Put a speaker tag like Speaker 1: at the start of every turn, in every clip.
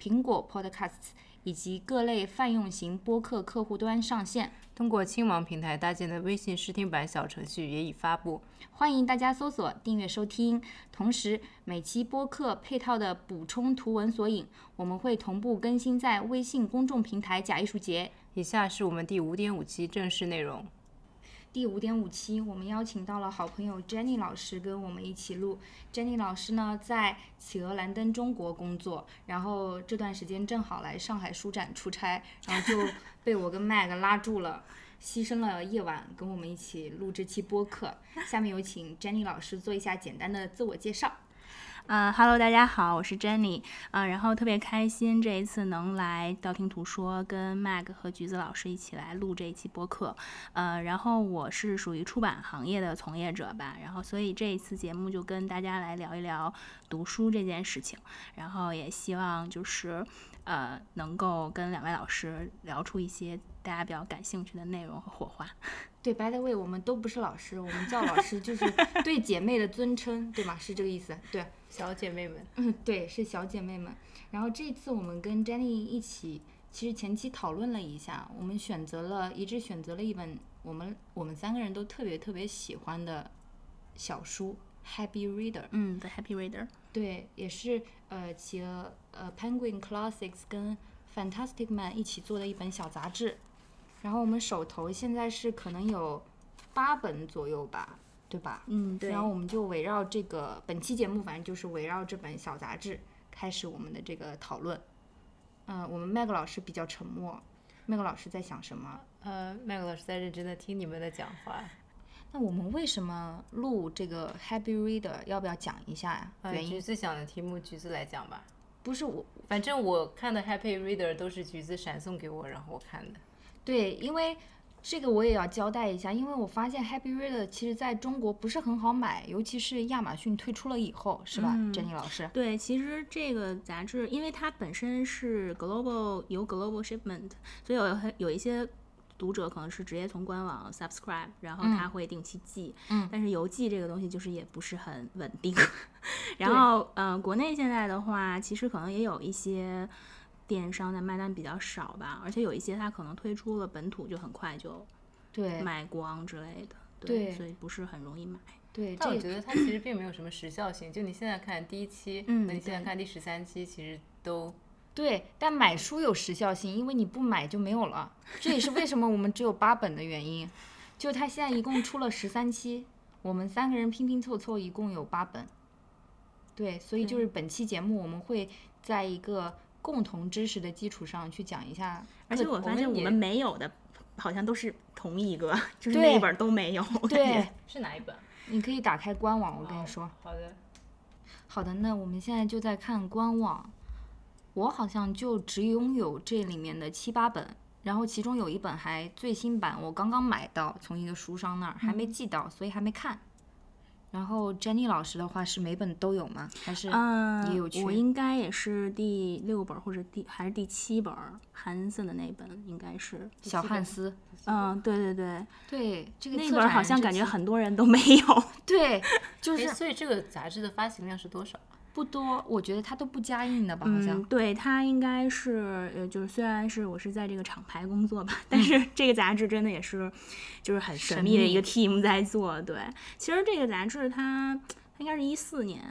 Speaker 1: 苹果 Podcasts 以及各类泛用型播客客户端上线。
Speaker 2: 通过青芒平台搭建的微信试听版小程序也已发布。
Speaker 1: 欢迎大家搜索订阅收听。同时，每期播客配套的补充图文索引，我们会同步更新在微信公众平台“假艺术节
Speaker 2: 以下是我们第五点五期正式内容。”
Speaker 1: 第五点五期。我们邀请到了好朋友 Jenny 老师跟我们一起录。Jenny 老师呢，在企鹅兰登中国工作，然后这段时间正好来上海书展出差，然后就被我跟 Mag 拉住了。牺牲了夜晚跟我们一起录这期播客，下面有请 Jenny 老师做一下简单的自我介绍。
Speaker 3: 嗯哈喽，大家好，我是 Jenny，啊、然后特别开心这一次能来道听途说，跟 Mag 和橘子老师一起来录这一期播客，呃，然后我是属于出版行业的从业者吧，然后所以这一次节目就跟大家来聊一聊读书这件事情，然后也希望就是呃能够跟两位老师聊出一些大家比较感兴趣的内容和火花。
Speaker 1: 对，by the way，我们都不是老师，我们叫老师就是对姐妹的尊称，对吗？是这个意思？对，
Speaker 2: 小姐妹们，
Speaker 1: 嗯，对，是小姐妹们。然后这次我们跟 Jenny 一起，其实前期讨论了一下，我们选择了一致选择了一本我们我们三个人都特别特别喜欢的小书《Happy Reader》。
Speaker 3: 嗯，The Happy Reader。
Speaker 1: 对，也是呃企鹅呃 Penguin Classics 跟 Fantastic Man 一起做的一本小杂志。然后我们手头现在是可能有八本左右吧，对吧？
Speaker 3: 嗯，
Speaker 1: 然后我们就围绕这个本期节目，反正就是围绕这本小杂志开始我们的这个讨论。嗯、我们麦克老师比较沉默，麦克老师在想什么？
Speaker 2: 呃，麦克老师在认真的听你们的讲话。
Speaker 1: 那我们为什么录这个 Happy Reader？要不要讲一下呀、
Speaker 2: 呃，
Speaker 1: 原因
Speaker 2: 橘子想的题目，橘子来讲吧。
Speaker 1: 不是我，
Speaker 2: 反正我看的 Happy Reader 都是橘子闪送给我，然后我看的。
Speaker 1: 对，因为这个我也要交代一下，因为我发现 Happy Reader 其实在中国不是很好买，尤其是亚马逊推出了以后，是吧，珍妮老师？
Speaker 3: 对，其实这个杂志，因为它本身是 global 有 global shipment，所以有很有一些读者可能是直接从官网 subscribe，然后它会定期寄。
Speaker 1: 嗯
Speaker 3: 但是邮寄这个东西就是也不是很稳定。 然后，嗯、国内现在的话，其实可能也有一些电商的卖单比较少吧，而且有一些它可能推出了本土就很快就
Speaker 1: 对
Speaker 3: 卖光之类的。
Speaker 1: 对
Speaker 3: 所以不是很容易买。
Speaker 1: 对，
Speaker 2: 但我
Speaker 1: 这
Speaker 2: 觉得它其实并没有什么时效性，就你现在看第一期，
Speaker 3: 嗯
Speaker 2: 和你现在
Speaker 3: 对
Speaker 2: 看第十三期，其实都
Speaker 1: 对，但买书有时效性，因为你不买就没有了。这也是为什么我们只有八本的原因。就它现在一共出了十三期，我们三个人拼拼凑凑一共有八本。对，所以就是本期节目我们会在一个共同知识的基础上去讲一下
Speaker 3: 而且我
Speaker 2: 我
Speaker 3: 发
Speaker 2: 们
Speaker 3: 现我
Speaker 2: 也
Speaker 3: 们没有的，好像都是同一个， 就是
Speaker 1: 对
Speaker 3: 那一本都没有。我感觉
Speaker 1: 对，
Speaker 2: 是哪一本？
Speaker 1: 你可以打开官网，我跟你说
Speaker 2: 哦。。好的，
Speaker 1: 好的，那我们现在就在看官网。我好像就只拥有这里面的七八本，然后其中有一本还最新版，我刚刚买到，从一个书商那儿还没
Speaker 3: 嗯
Speaker 1: 寄到，所以还没看。然后 Jenny 老师的话是每本都有吗？还是
Speaker 3: 嗯，
Speaker 1: 也有趣
Speaker 3: 我应该也是第六本儿或者第还是第七本儿，韩森的那本应该是。
Speaker 1: 小汉斯？
Speaker 3: 嗯，对对对，
Speaker 1: 对，这个
Speaker 3: 那
Speaker 1: 策
Speaker 3: 本儿
Speaker 1: 展
Speaker 3: 好
Speaker 1: 人
Speaker 3: 像
Speaker 1: 是
Speaker 3: 感觉
Speaker 1: 七
Speaker 3: 很多人都没有。
Speaker 1: 对，啊就
Speaker 2: 哎，
Speaker 1: 是
Speaker 2: 所以这个杂志的发行量是多少？
Speaker 1: 不多，我觉得它都不加印的吧，好像。
Speaker 3: 嗯，对，它应该是呃，就是虽然是我是在这个厂牌工作吧，但是
Speaker 1: 嗯
Speaker 3: 这个杂志真的也是就是很神
Speaker 1: 神
Speaker 3: 秘的一
Speaker 1: 秘
Speaker 3: 个 team 在做。对，其实这个杂志它它应该是一四年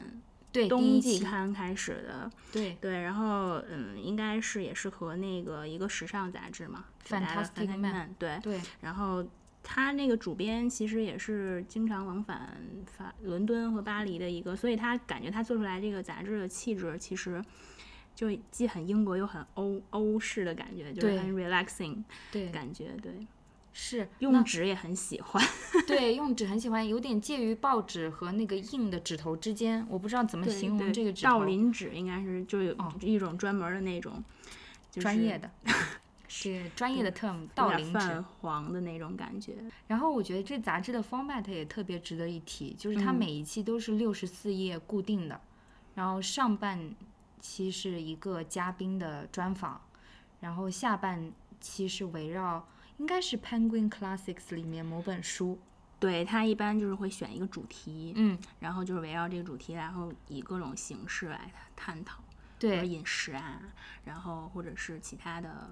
Speaker 1: 对，第
Speaker 3: 冬
Speaker 1: 一
Speaker 3: 季
Speaker 1: 期，
Speaker 3: 刊开始的，
Speaker 1: 对
Speaker 3: 对，然后嗯，应该是也是和那个一个时尚杂志嘛就来了
Speaker 1: Fantastic
Speaker 3: Fantastic
Speaker 1: Man
Speaker 3: Man，对，
Speaker 1: 对
Speaker 3: 然后他那个主编其实也是经常往返法伦敦和巴黎的一个，所以他感觉他做出来这个杂志的气质其实。就既很英国又很欧欧式的感觉，就是
Speaker 1: 对
Speaker 3: 很 relaxing
Speaker 1: 对，
Speaker 3: 感觉，对，
Speaker 1: 是
Speaker 3: 用纸也很喜欢。
Speaker 1: 对，用纸很喜欢，有点介于报纸和那个硬的纸头之间，我不知道怎么
Speaker 3: 对
Speaker 1: 形容
Speaker 3: 对
Speaker 1: 这个纸哦头。
Speaker 3: 道林纸应该是就有一种专门的那种，就是
Speaker 1: 专业的，是专业的 term
Speaker 3: 有
Speaker 1: 道
Speaker 3: 点
Speaker 1: 林纸
Speaker 3: 泛。黄的那种感觉。
Speaker 1: 然后我觉得这杂志的 format 也特别值得一提，就是它
Speaker 3: 嗯
Speaker 1: 每一期都是六十四页固定的，然后上半期是一个嘉宾的专访，然后下半期是围绕应该是 Penguin Classics 里面某本书，
Speaker 3: 对，它一般就是会选一个主题，
Speaker 1: 嗯，
Speaker 3: 然后就是围绕这个主题，然后以各种形式来探讨，比如
Speaker 1: 对，
Speaker 3: 饮食啊，然后或者是其他的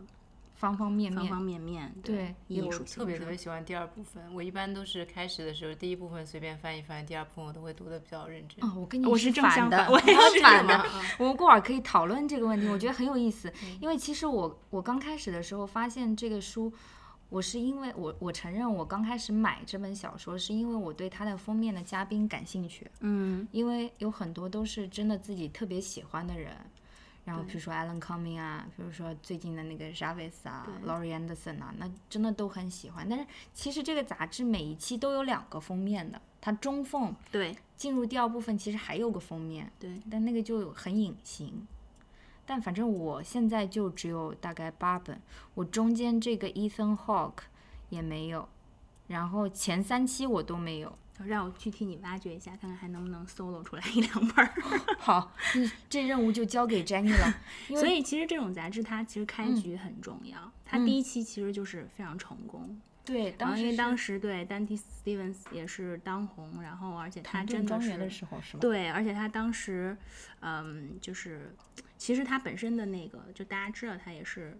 Speaker 1: 方方面
Speaker 3: 方
Speaker 1: 面，
Speaker 3: 方面面，
Speaker 1: 对
Speaker 3: 艺
Speaker 2: 我
Speaker 3: 术
Speaker 2: 特
Speaker 3: 形
Speaker 2: 别
Speaker 3: 式
Speaker 2: 特别喜欢第二部分，我一般都是开始的时候，第一部分随便翻一翻，第二部分我都会读的比较认真。
Speaker 1: 哦，我跟你
Speaker 3: 我
Speaker 1: 是
Speaker 3: 是正
Speaker 1: 反
Speaker 3: 相
Speaker 1: 的，
Speaker 3: 反
Speaker 1: 我
Speaker 3: 我也
Speaker 1: 是
Speaker 3: 是
Speaker 1: 反的
Speaker 2: 吗啊。
Speaker 1: 我们过会儿可以讨论这个问题，我觉得很有意思。因为其实我我刚开始的时候发现这个书，我是因为我我承认我刚开始买这本小说是因为我对它的封面的嘉宾感兴趣，
Speaker 3: 嗯，
Speaker 1: 因为有很多都是真的自己特别喜欢的人。然后比如说 Alan Cumming 啊，比如说最近的那个 Javis 啊，Laurie Anderson 啊，那真的都很喜欢。但是其实这个杂志每一期都有两个封面的，它中缝
Speaker 3: 对
Speaker 1: 进入第二部分，其实还有个封面，
Speaker 3: 对，
Speaker 1: 但那个就很隐形。但反正我现在就只有大概八本，我中间这个 Ethan Hawke 也没有，然后前三期我都没 有。
Speaker 3: 让我去替你挖掘一下，看看还能不能 solo 出来一两本儿。
Speaker 1: 好，你嗯这任务就交给 Jenny 了。因为嗯
Speaker 3: 所以其实这种杂志它其实开局很重要，它第一期其实就是非常成功，
Speaker 1: 对，
Speaker 3: 然
Speaker 1: 当
Speaker 3: 后
Speaker 1: 时
Speaker 3: 啊因为当
Speaker 1: 时
Speaker 3: 时对丹提·斯蒂文斯也是当红，然后而且他
Speaker 1: 真
Speaker 3: 真的
Speaker 1: 庄
Speaker 3: 嗯是
Speaker 1: 园的时候是吧？
Speaker 3: 对，而且他当时，嗯，就是其实他本身的那个，就大家知道他也是，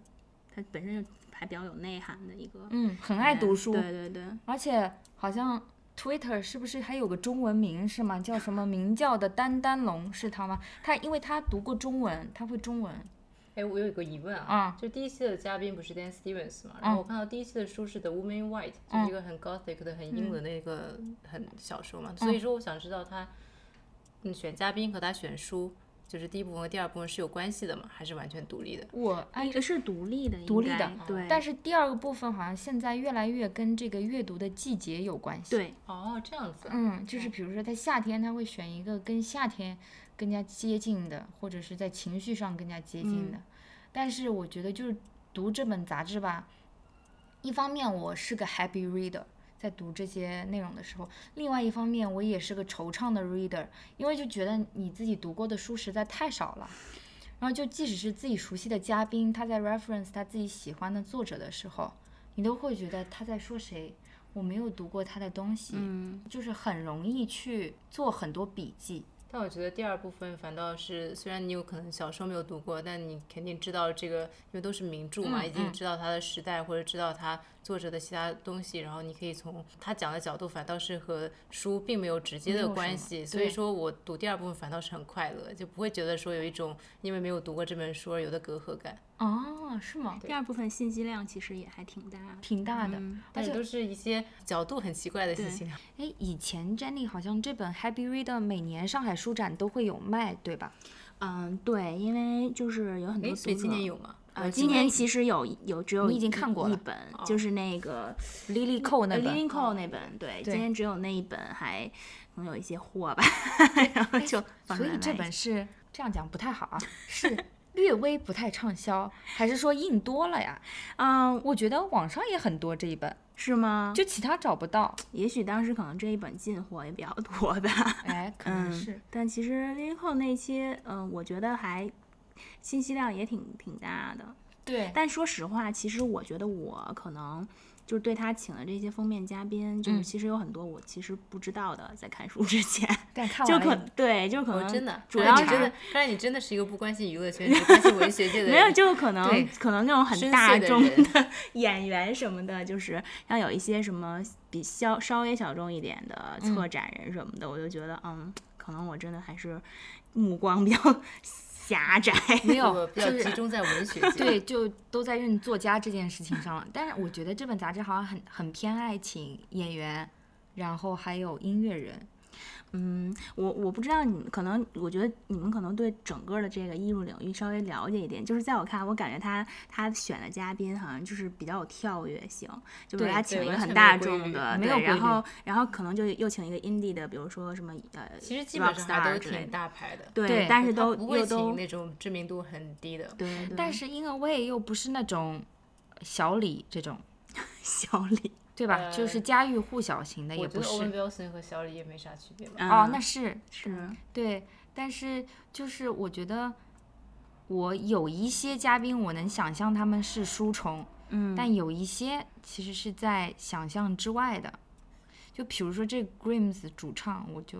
Speaker 3: 他本身就还比较有内涵的一个，
Speaker 1: 嗯，很爱读书，
Speaker 3: 对对对，
Speaker 1: 而且好像 Twitter 是不是还有个中文名是吗？叫什么名叫的丹丹龙是他吗？他因为他读过中文，他会中文。
Speaker 2: 哎，我有一个疑问啊，就第一期的嘉宾不是 Dan Stevens 嘛？然后我看到第一期的书是《The Woman in White》，就是一个很 Gothic 的、很英伦的一个很小说嘛。所以说，我想知道他，嗯，选嘉宾和他选书，就是第一部分和第二部分是有关系的吗？还是完全独立的？
Speaker 1: 我按
Speaker 3: 一个是独立的应该，
Speaker 1: 独立的嗯哦
Speaker 3: 对，
Speaker 1: 但是第二个部分好像现在越来越跟这个阅读的季节有关系。，
Speaker 3: 对
Speaker 2: 哦，这样子。
Speaker 1: 嗯，就是比如说在夏天，他会选一个跟夏天更加接近的，或者是在情绪上更加接近
Speaker 3: 嗯
Speaker 1: 的。但是我觉得就是读这本杂志吧，一方面我是个 happy reader。在读这些内容的时候，另外一方面我也是个惆怅的 reader，因为就觉得你自己读过的书实在太少了，然后就即使是自己熟悉的嘉宾，他在 reference 他自己喜欢的作者的时候，你都会觉得他在说谁，我没有读过他的东西，
Speaker 3: 嗯，
Speaker 1: 就是很容易去做很多笔记。
Speaker 2: 但我觉得第二部分反倒是，虽然你有可能小说没有读过，但你肯定知道这个，因为都是名著嘛，
Speaker 1: 嗯
Speaker 2: 已经
Speaker 1: 嗯
Speaker 2: 知道它的时代或者知道它作者的其他东西，然后你可以从他讲的角度，反倒是和书并没有直接
Speaker 1: 没有什
Speaker 2: 的
Speaker 1: 么
Speaker 2: 关系，所
Speaker 1: 对
Speaker 2: 以说我读第二部分反倒是很快乐，就不会觉得说有一种因为没有读过这本书而有的隔阂感，
Speaker 1: 哦，是吗？
Speaker 3: 第二部分信息量其实也还挺大的，
Speaker 1: 挺大的。
Speaker 3: 嗯
Speaker 1: 而
Speaker 2: 但
Speaker 1: 且
Speaker 2: 是都是一些角度很奇怪的啊信息 量。
Speaker 1: 哎，以前 Jenny 好像这本 Happy Reader 每年上海书展都会有卖，对吧？
Speaker 3: 嗯，对，因为就是有很多
Speaker 2: 诶
Speaker 3: 读
Speaker 2: 所以今
Speaker 3: 者
Speaker 2: 年有吗？
Speaker 3: 呃，今年其实有有只有
Speaker 1: 你已经
Speaker 3: 一
Speaker 1: 看过
Speaker 3: 一
Speaker 1: 了
Speaker 3: 本，就是那个 Lily
Speaker 1: Cole 那本
Speaker 3: 嗯
Speaker 1: 哦
Speaker 3: Lily Cole 那本，对，
Speaker 1: 对
Speaker 3: 今年只有那一本，还可能有一些货吧， 然后就放
Speaker 1: 所
Speaker 3: 在
Speaker 1: 以这
Speaker 3: 那
Speaker 1: 本
Speaker 3: 里
Speaker 1: 是这样讲不太好啊，是略微不太畅销，还是说印多了呀？
Speaker 3: 嗯
Speaker 1: 我觉得网上也很多这一本，
Speaker 3: 是吗？
Speaker 1: 就其他找不到。
Speaker 3: 也许当时可能这一本进货也比较多吧，
Speaker 1: 哎，可能
Speaker 3: 嗯，
Speaker 1: 是。
Speaker 3: 但其实 Lily Cole 那期，嗯，我觉得还信息量也挺挺大的，
Speaker 1: 对，
Speaker 3: 但说实话，其实我觉得我可能就是对他请的这些封面嘉宾，就是
Speaker 1: 嗯
Speaker 3: 其实有很多我其实不知道的，在看书 之前。
Speaker 1: 但看
Speaker 3: 就
Speaker 1: 完
Speaker 3: 可
Speaker 1: 了也
Speaker 3: 对，就可
Speaker 2: 我
Speaker 3: 能
Speaker 2: 哎哦真的，
Speaker 3: 啊主
Speaker 2: 看来
Speaker 3: 要
Speaker 2: 你真的
Speaker 3: 是，
Speaker 2: 看来你真的是一个不关心娱乐 圈，只关心文学界的人。
Speaker 3: 没有，就可
Speaker 1: 对
Speaker 3: 能可能那种很
Speaker 2: 深
Speaker 3: 大
Speaker 2: 邃的
Speaker 3: 众
Speaker 2: 人
Speaker 3: 的演员什么的，就是像有一些什么比较稍微小众一点的
Speaker 2: 嗯
Speaker 3: 策展人什么的，我就觉得嗯，可能我真的还是目光比较 狭窄。
Speaker 1: 没有
Speaker 2: 我，比较
Speaker 1: 就是
Speaker 2: 集中在文学 界。
Speaker 1: 对，就都在认作家这件事情上了。但是我觉得这本杂志好像很很偏爱情演员，然后还有音乐人。
Speaker 3: 嗯，我我不知道你们可能，我觉得你们可能对整个的这个艺术领域稍微了解一点。就是在我看，我感觉他他选的嘉宾好像就是比较有跳跃性，就是
Speaker 2: 对
Speaker 3: 他
Speaker 2: 对
Speaker 3: 请一个
Speaker 2: 完
Speaker 3: 很
Speaker 2: 全
Speaker 3: 大
Speaker 2: 没有规
Speaker 3: 众
Speaker 2: 律
Speaker 3: 的，
Speaker 1: 没有
Speaker 3: 对，然
Speaker 1: 规律
Speaker 3: 后然后可能就又请一个 indie 的，比如说什么呃，
Speaker 2: 其实基本上还
Speaker 3: rockstar
Speaker 2: 都
Speaker 3: 之类
Speaker 2: 挺
Speaker 3: 的，
Speaker 2: 大牌的，
Speaker 3: 对，
Speaker 1: 对
Speaker 3: 但是
Speaker 2: 他
Speaker 3: 都
Speaker 2: 不会
Speaker 3: 又都
Speaker 2: 请那种知名度很低的。
Speaker 3: 对，对
Speaker 1: 但是 In a way 又不是那种小李这种，
Speaker 3: 小李
Speaker 1: 对吧？
Speaker 2: 呃
Speaker 1: 就是家喻户晓型的，也
Speaker 2: 我觉
Speaker 1: 不
Speaker 2: 得欧
Speaker 1: 是
Speaker 2: 文。彪森和小李也没啥区别吧。
Speaker 1: 哦，
Speaker 3: 嗯
Speaker 1: 那是
Speaker 3: 是
Speaker 1: 对，但是就是我觉得，我有一些嘉宾，我能想象他们是书虫，
Speaker 3: 嗯，
Speaker 1: 但有一些其实是在想象之外的。就比如说这 Grimes 主唱，我就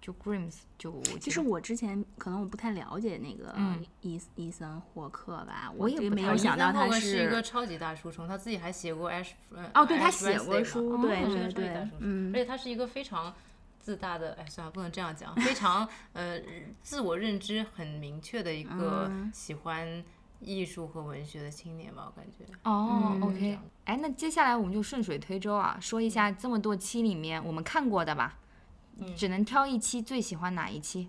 Speaker 1: 就就 Grimes 就我觉
Speaker 3: 其实嗯
Speaker 1: 得哦
Speaker 3: 我之前可能我不太了解那个
Speaker 1: 嗯
Speaker 3: 伊伊森霍克吧，
Speaker 1: 我也
Speaker 3: 就
Speaker 1: 不太
Speaker 3: 没有
Speaker 1: 了解
Speaker 3: 想到他
Speaker 2: 是一个超级大书虫，他自己还写过 Ash，嗯
Speaker 3: 哦，对他
Speaker 2: Ash
Speaker 3: 写
Speaker 2: Wednesday
Speaker 3: 过
Speaker 2: 嘛
Speaker 3: 书，
Speaker 1: 嘛哦
Speaker 3: 对
Speaker 2: 他是个超
Speaker 3: 对
Speaker 2: 级大
Speaker 3: 对
Speaker 2: 书虫，，而
Speaker 3: 嗯
Speaker 2: 且他是一个非常自大的，哎，算了，不能这样讲，非常呃自我认知很明确的一个
Speaker 3: 嗯
Speaker 2: 喜欢艺术和文学的青年吧，我感觉。
Speaker 1: 哦、
Speaker 3: 嗯
Speaker 1: o k 哎，那接下来我们就顺水推舟啊，说一下这么多期里面我们看过的吧，
Speaker 3: 嗯
Speaker 1: 只能挑一期最喜欢哪一期。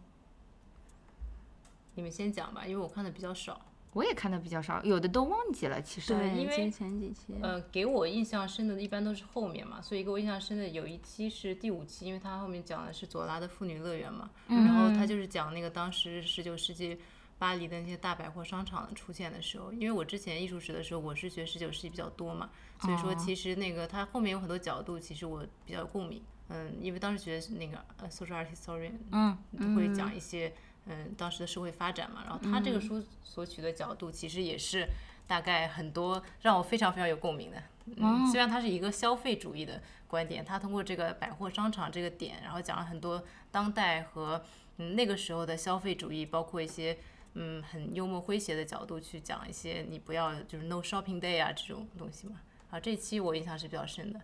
Speaker 2: 你们先讲吧，因为我看的比较少。
Speaker 1: 我也看的比较少，有的都忘记了。其实，
Speaker 3: 对，
Speaker 2: 因
Speaker 3: 其
Speaker 2: 为
Speaker 3: 实前几期，
Speaker 2: 呃，给我印象深的，一般都是后面嘛，所以给我印象深的有一期是第五期，因为它后面讲的是左拉的妇女乐园嘛，然后它就是讲那个当时十九世纪巴黎的那些大百货商场出现的时候，因为我之前艺术史的时候，我是学十九世纪比较多嘛，所以说其实那个它后面有很多角度，其实我比较有共鸣。嗯，因为当时学那个呃 social art historian，
Speaker 1: 嗯，
Speaker 2: 都会讲一些嗯当时的社会发展嘛。然后他这个书所取的角度，其实也是大概很多让我非常非常有共鸣的。嗯，虽然它是一个消费主义的观点，他通过这个百货商场这个点，然后讲了很多当代和嗯那个时候的消费主义，包括一些。嗯，很幽默诙谐的角度去讲一些你不要就是 no shopping day 啊这种东西嘛。啊，这期我印象是比较深的。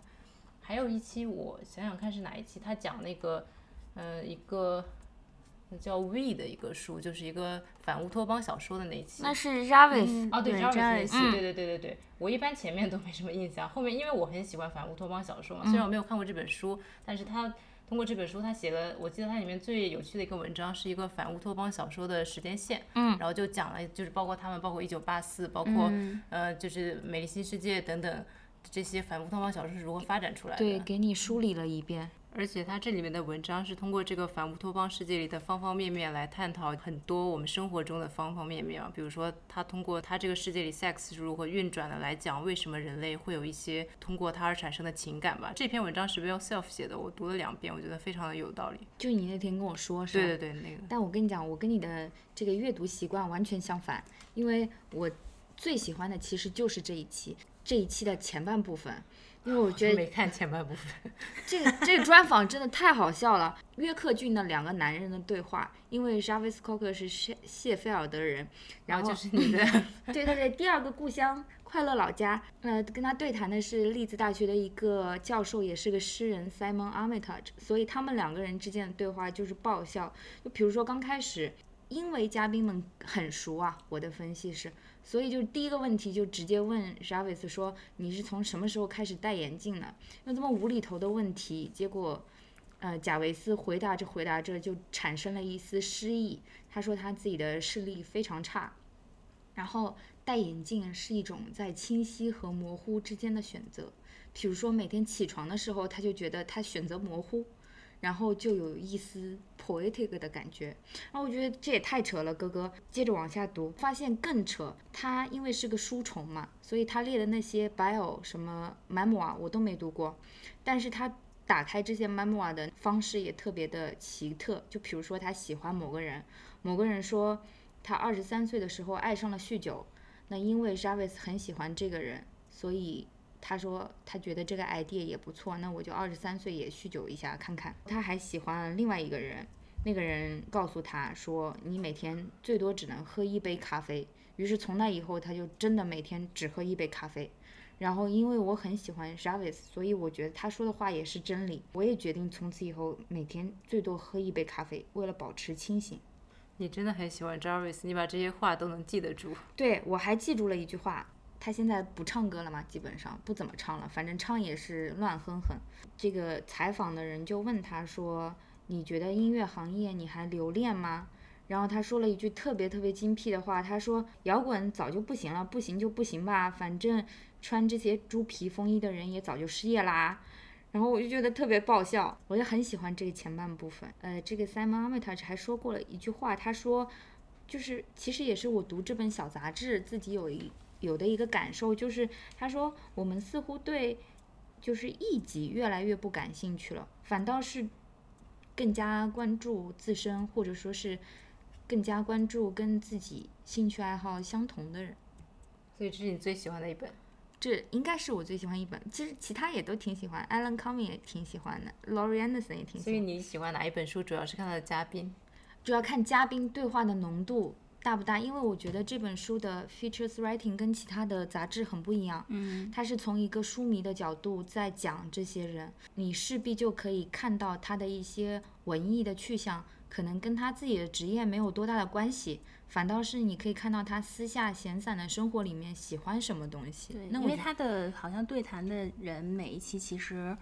Speaker 2: 还有一期我想想看是哪一期，他讲那个，嗯、一个叫《We》的一个书，就是一个反乌托邦小说的那一期。
Speaker 1: 那是 Ravis，、
Speaker 2: 哦，对
Speaker 3: 嗯对
Speaker 2: j a r v i
Speaker 3: Jarvis，
Speaker 2: s
Speaker 1: 嗯
Speaker 2: 对对对对对，我一般前面都没什么印象，后面因为我很喜欢反乌托邦小说嘛，
Speaker 1: 嗯
Speaker 2: 虽然我没有看过这本书，但是他通过这本书，他写了，我记得他里面最有趣的一个文章是一个反乌托邦小说的时间线，嗯，然后就讲了就是包括他们，包括一九八四，包括、
Speaker 1: 嗯
Speaker 2: 呃就是美丽新世界等等。这些反乌托邦小说是如何发展出来的？
Speaker 1: 对，给你梳理了一遍。
Speaker 2: 而且它这里面的文章是通过这个反乌托邦世界里的方方面面来探讨很多我们生活中的方方面面啊，比如说他通过他这个世界里 sex 是如何运转的来讲，为什么人类会有一些通过它而产生的情感吧。这篇文章是 Will Self 写的，我读了两遍，我觉得非常的有道理。
Speaker 1: 就你那天跟我说，是吧？
Speaker 2: 对对对， 那个
Speaker 1: 但我跟你讲，我跟你的这个阅读习惯完全相反，因为我最喜欢的其实就是这一期，这一期的前半部分，因为我觉得
Speaker 2: 没看前半部分。
Speaker 1: 这个这个专访真的太好笑了。约克郡的两个男人的对话，因为 Jarvis Cocker 是谢谢菲尔德人，然后
Speaker 2: 就是你的
Speaker 1: 对对对，第二个故乡快乐老家。呃，跟他对谈的是利兹大学的一个教授，也是个诗人 Simon Armitage，所以他们两个人之间的对话就是爆笑。就比如说刚开始，因为嘉宾们很熟啊，我的分析是，所以就是第一个问题就直接问 Jarvis 说：“你是从什么时候开始戴眼镜的？”用这么无厘头的问题，结果。呃，贾维斯回答着回答着就产生了一丝失意。他说他自己的视力非常差，然后戴眼镜是一种在清晰和模糊之间的选择。比如说每天起床的时候，他就觉得他选择模糊，然后就有一丝 poetic 的感觉。然后我觉得这也太扯了，哥哥。接着往下读，发现更扯。他因为是个书虫嘛，所以他列的那些 bio 什么 memoir 我都没读过，但是他。打开这些 memoir 的方式也特别的奇特，就比如说他喜欢某个人，某个人说他二十三岁的时候爱上了酗酒，那因为 Jarvis 很喜欢这个人，所以他说他觉得这个 idea 也不错，那我就二十三岁也酗酒一下看看。他还喜欢另外一个人，那个人告诉他说你每天最多只能喝一杯咖啡，于是从那以后他就真的每天只喝一杯咖啡。然后，因为我很喜欢 Jarvis，所以我觉得他说的话也是真理。我也决定从此以后每天最多喝一杯咖啡，为了保持清醒。
Speaker 2: 你真的很喜欢 Jarvis，你把这些话都能记得住。
Speaker 1: 对，我还记住了一句话。他现在不唱歌了嘛，基本上不怎么唱了，反正唱也是乱哼哼。这个采访的人就问他说：“你觉得音乐行业你还留恋吗？”然后他说了一句特别特别精辟的话，他说：“摇滚早就不行了，不行就不行吧，反正穿这些猪皮风衣的人也早就失业啦。”然后我就觉得特别爆笑，我就很喜欢这个前半部分。呃，这个 Simon Armitage 还说过了一句话，他说，就是其实也是我读这本小杂志自己有一有的一个感受，就是他说我们似乎对就是艺级越来越不感兴趣了，反倒是更加关注自身，或者说是更加关注跟自己兴趣爱好相同的人。
Speaker 2: 所以这是你最喜欢的一本。
Speaker 1: 这应该是我最喜欢一本，其实其他也都挺喜欢，Alan Cumming 也挺喜欢的，Laurie Anderson 也挺喜欢。
Speaker 2: 所以你喜欢哪一本书，主要是看他的嘉宾，
Speaker 1: 主要看嘉宾对话的浓度大不大，因为我觉得这本书的 features writing 跟其他的杂志很不一样，
Speaker 3: 嗯，
Speaker 1: 它是从一个书迷的角度在讲这些人，你势必就可以看到他的一些文艺的去向，可能跟他自己的职业没有多大的关系。反倒是你可以看到他私下闲散的生活里面喜欢什么东西。
Speaker 3: 对，
Speaker 1: 那
Speaker 3: 因
Speaker 1: 我
Speaker 3: 为
Speaker 1: 觉
Speaker 3: 他的好像对谈的人每一期其实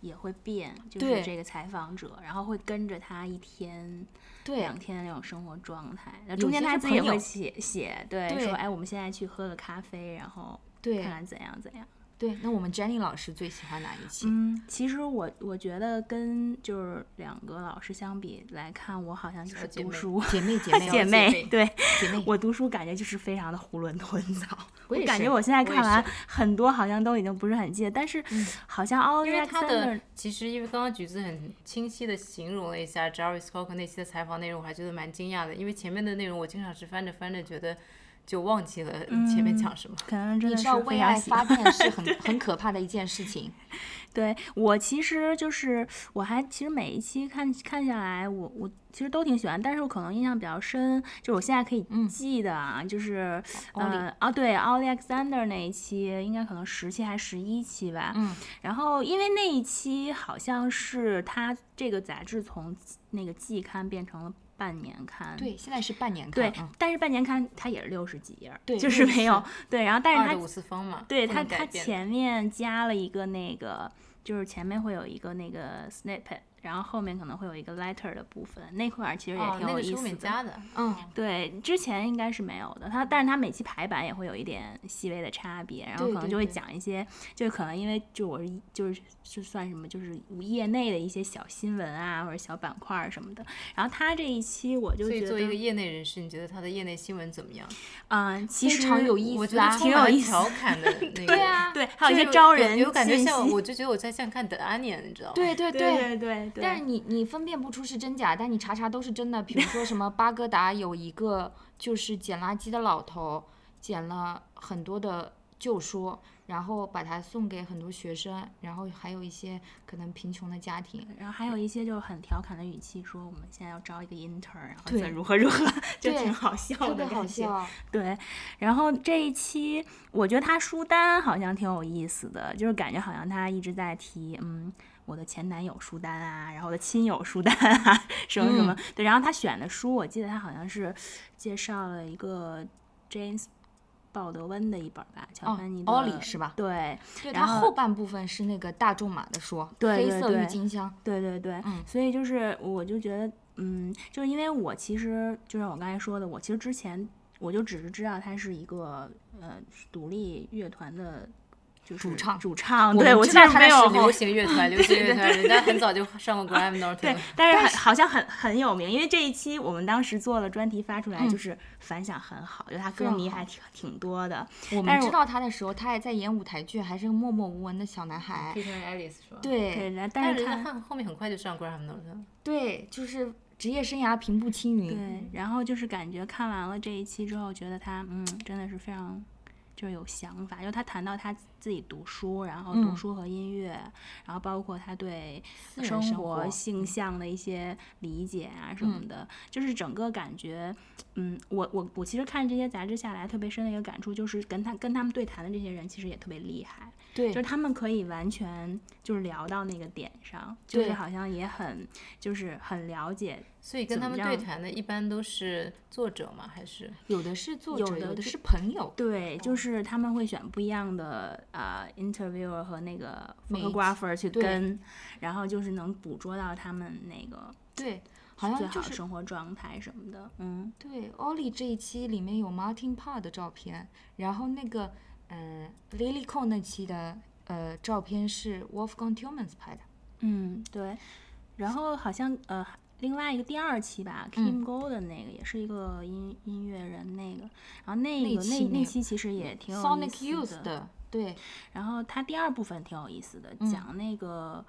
Speaker 3: 也会变，就
Speaker 1: 对
Speaker 3: 是这个采访者，然后会跟着他一天
Speaker 1: 对
Speaker 3: 两天的那种生活状态。那
Speaker 1: 有
Speaker 3: 中间
Speaker 1: 些
Speaker 3: 他
Speaker 1: 是
Speaker 3: 自己也
Speaker 1: 朋友
Speaker 3: 会写写，对，
Speaker 1: 对
Speaker 3: 说哎，我们现在去喝个咖啡，然后看
Speaker 1: 对
Speaker 3: 看怎样怎样。
Speaker 1: 对，那我们 Jenny 老师最喜欢哪一期？
Speaker 3: 嗯，其实我我觉得跟就是两个老师相比来看，我好像就
Speaker 2: 小
Speaker 3: 是
Speaker 2: 姐
Speaker 3: 读
Speaker 2: 妹
Speaker 3: 书
Speaker 1: 姐妹姐妹哦
Speaker 3: 姐妹，
Speaker 2: 妹
Speaker 3: 对
Speaker 1: 姐妹，
Speaker 3: 我读书感觉就是非常的囫囵吞枣。
Speaker 1: 我也
Speaker 3: 感
Speaker 1: 是
Speaker 3: 觉我现在
Speaker 2: 我
Speaker 3: 看
Speaker 2: 也
Speaker 3: 完
Speaker 2: 是
Speaker 3: 很多好像都已经不是很记得，但是好像奥利
Speaker 2: 因
Speaker 3: 维
Speaker 2: 为
Speaker 3: 亚
Speaker 2: 他
Speaker 3: 三
Speaker 2: 的其实因为刚刚橘子很清晰的形容了一下 Jarvis Cocker 那期的采访内容，我还觉得蛮惊讶的，因为前面的内容我经常是翻着翻着觉得就忘记了
Speaker 3: 嗯
Speaker 2: 前面讲什么。
Speaker 3: 可能真
Speaker 1: 你
Speaker 3: 的
Speaker 1: 知
Speaker 3: 是
Speaker 1: 道
Speaker 3: 非
Speaker 1: 为
Speaker 3: 常
Speaker 1: 爱
Speaker 3: 喜
Speaker 1: 发
Speaker 3: 欢。
Speaker 1: 电 是很很可怕的一件事情。
Speaker 3: 对我其实就是我还其实每一期看看下来，我我其实都挺喜欢，但是我可能印象比较深，就是我现在可以
Speaker 1: 嗯
Speaker 3: 记得啊，就是
Speaker 1: 奥利
Speaker 3: 呃啊对奥利 Alexander 那一期，应该可能十期还是十一期吧，
Speaker 1: 嗯，
Speaker 3: 然后，因为那一期好像是他这个杂志从那个季刊变成了半年刊，
Speaker 1: 对，现在是半年
Speaker 3: 对
Speaker 1: 看啊，
Speaker 3: 但是半年刊它也是六十几页儿，
Speaker 1: 对
Speaker 3: 就是没有对，然后但
Speaker 2: 二
Speaker 3: 是
Speaker 2: 的
Speaker 3: 它
Speaker 2: 五次方嘛，
Speaker 3: 对
Speaker 2: 不
Speaker 3: 它
Speaker 2: 能改
Speaker 3: 它
Speaker 2: 变
Speaker 3: 前面加了一个那个，就是前面会有一个那个 snippet，然后后面可能会有一个 letter 的部分，那块儿其实也
Speaker 2: 哦，
Speaker 3: 挺
Speaker 2: 那
Speaker 3: 有
Speaker 2: 个
Speaker 3: 意
Speaker 2: 是后
Speaker 3: 思
Speaker 2: 面
Speaker 3: 的。
Speaker 2: 加的，
Speaker 1: 嗯，
Speaker 3: 对，之前应该是没有的。它，但是它每期排版也会有一点细微的差别，然后
Speaker 1: 对
Speaker 3: 可能
Speaker 1: 对
Speaker 3: 就会
Speaker 1: 对
Speaker 3: 讲一些，就可能因为就我是一就是就算什么，就是业内的一些小新闻啊，或者小板块儿什么的。然后它这一期我就
Speaker 2: 所
Speaker 3: 觉
Speaker 2: 以作为一个
Speaker 3: 得，
Speaker 2: 业内人士，你觉得他的业内新闻怎么样？
Speaker 3: 嗯、其
Speaker 1: 非
Speaker 3: 实
Speaker 1: 常有意
Speaker 2: 我觉
Speaker 1: 思
Speaker 2: 得
Speaker 1: 啊
Speaker 2: 充。
Speaker 3: 挺有
Speaker 2: 满了
Speaker 3: 意思
Speaker 2: 调侃的 那个，
Speaker 1: 对 啊，
Speaker 3: 对，还有一
Speaker 2: 就
Speaker 3: 些招
Speaker 2: 有
Speaker 3: 人
Speaker 2: 有感觉
Speaker 3: 信
Speaker 2: 像，
Speaker 3: 息
Speaker 2: 我就觉得我在像看《The Onion》，你知道吗？
Speaker 1: 对对
Speaker 3: 对对对对，
Speaker 1: 但是你你分辨不出是真假，但你查查都是真的。比如说什么巴格达有一个就是捡垃圾的老头，捡了很多的旧书，然后把它送给很多学生，然后还有一些可能贫穷的家 庭。
Speaker 3: 然后还有一些就是很调侃的语气，说我们现在要招一个 intern，然后
Speaker 1: 对
Speaker 3: 怎如何如何，就
Speaker 1: 对
Speaker 3: 挺好笑的，
Speaker 1: 特别好。笑，
Speaker 3: 对，然后这一期我觉得他书单好像挺有意思的，就是感觉好像他一直在提，嗯，我的前男友书单啊，然后我的亲友书单啊，什么什
Speaker 1: 嗯
Speaker 3: 么。对，然后他选的书，我记得他好像是介绍了一个 James 鲍德温的一本吧，乔
Speaker 1: 哦
Speaker 3: 凡尼的
Speaker 1: 奥里是吧
Speaker 3: 对，
Speaker 1: 对
Speaker 3: 然
Speaker 1: 它
Speaker 3: 后
Speaker 1: 后半部分是那个大众马的说，
Speaker 3: 对对
Speaker 1: 黑色郁
Speaker 3: 对
Speaker 1: 金香，
Speaker 3: 对对对，
Speaker 1: 嗯
Speaker 3: 所以就是我就觉得，嗯，就是因为我其实就像我刚才说的，我其实之前我就只是知道他是一个呃独立乐团的，就是
Speaker 1: 主唱
Speaker 3: 主唱，
Speaker 1: 我
Speaker 3: 对
Speaker 1: 们
Speaker 3: 我
Speaker 1: 知
Speaker 3: 其
Speaker 1: 道
Speaker 3: 实
Speaker 1: 他的
Speaker 3: 没有
Speaker 1: 时
Speaker 2: 流行乐 团，流行乐团，人家很早就上过 Grammy
Speaker 3: 对
Speaker 2: Norton，，
Speaker 3: 但是很好像很很有名，因为这一期我们当时做了专题发出来，就是反响嗯很好，就他歌
Speaker 1: 常
Speaker 3: 迷
Speaker 1: 好
Speaker 3: 还挺挺多的，
Speaker 1: 我
Speaker 3: 但
Speaker 1: 们
Speaker 3: 是
Speaker 1: 知
Speaker 3: 我
Speaker 1: 道他的时候，他还在演舞台剧，还是个默默无闻的小男孩。
Speaker 2: Peter and Alice 是吧？，
Speaker 1: 对
Speaker 3: 对，然后
Speaker 2: 但
Speaker 3: 但
Speaker 2: 是
Speaker 3: 是
Speaker 2: 人
Speaker 3: 嗯看
Speaker 2: 家后后面很快就上 Grammy Norton，
Speaker 1: 对，就是职业生涯平步青云。
Speaker 3: 对，然后就是感觉看完了这一期之后，觉得他嗯，真的是非常就是有想法，就他谈到他自己读书，然后读
Speaker 1: 嗯
Speaker 3: 书和音乐，然后包括他对
Speaker 1: 私人
Speaker 3: 生
Speaker 1: 生
Speaker 3: 活
Speaker 1: 活嗯
Speaker 3: 性向的一些理解啊什么的，就是整个感觉，嗯，我我我其实看这些杂志下来，特别深的一个感触就是跟他跟他们对谈的这些人其实也特别厉害，
Speaker 1: 对
Speaker 3: 就是他们可以完全就是聊到那个点上，就是
Speaker 1: 对
Speaker 3: 好像也很就是很了解
Speaker 2: 所以跟
Speaker 3: 怎
Speaker 2: 他
Speaker 3: 么
Speaker 2: 们对
Speaker 3: 样
Speaker 2: 谈的一般都是作者嘛，还是
Speaker 1: 有的是作
Speaker 3: 有
Speaker 1: 者，
Speaker 3: 的
Speaker 1: 有的
Speaker 3: 就是
Speaker 1: 朋友。
Speaker 3: 对，就是他们会选不一样的呃 interviewer 和那个
Speaker 1: 媒体
Speaker 3: photographer 去
Speaker 1: 对
Speaker 3: 跟，然后就是能捕捉到他们那个
Speaker 1: 对，好像
Speaker 3: 最好
Speaker 1: 嗯就
Speaker 3: 的
Speaker 1: 是
Speaker 3: 生活状态什么的。嗯，
Speaker 1: 对 Ollie 这一期里面有 Martin Parr 的照片，然后那个呃 Lily Cole 那期的呃照片是 Wolfgang Tillmans 拍的。
Speaker 3: 嗯，对。然后好像呃，另外一个第二期吧、k
Speaker 1: 嗯
Speaker 3: i m Go 的那个也是一个音音乐人那个，然后那
Speaker 1: 那
Speaker 3: 个
Speaker 1: 期
Speaker 3: 那
Speaker 1: 那个
Speaker 3: 期其实也挺有
Speaker 1: Sonic
Speaker 3: 意思
Speaker 1: Youth 的，对，
Speaker 3: 然后他第二部分挺有意思的，讲那个，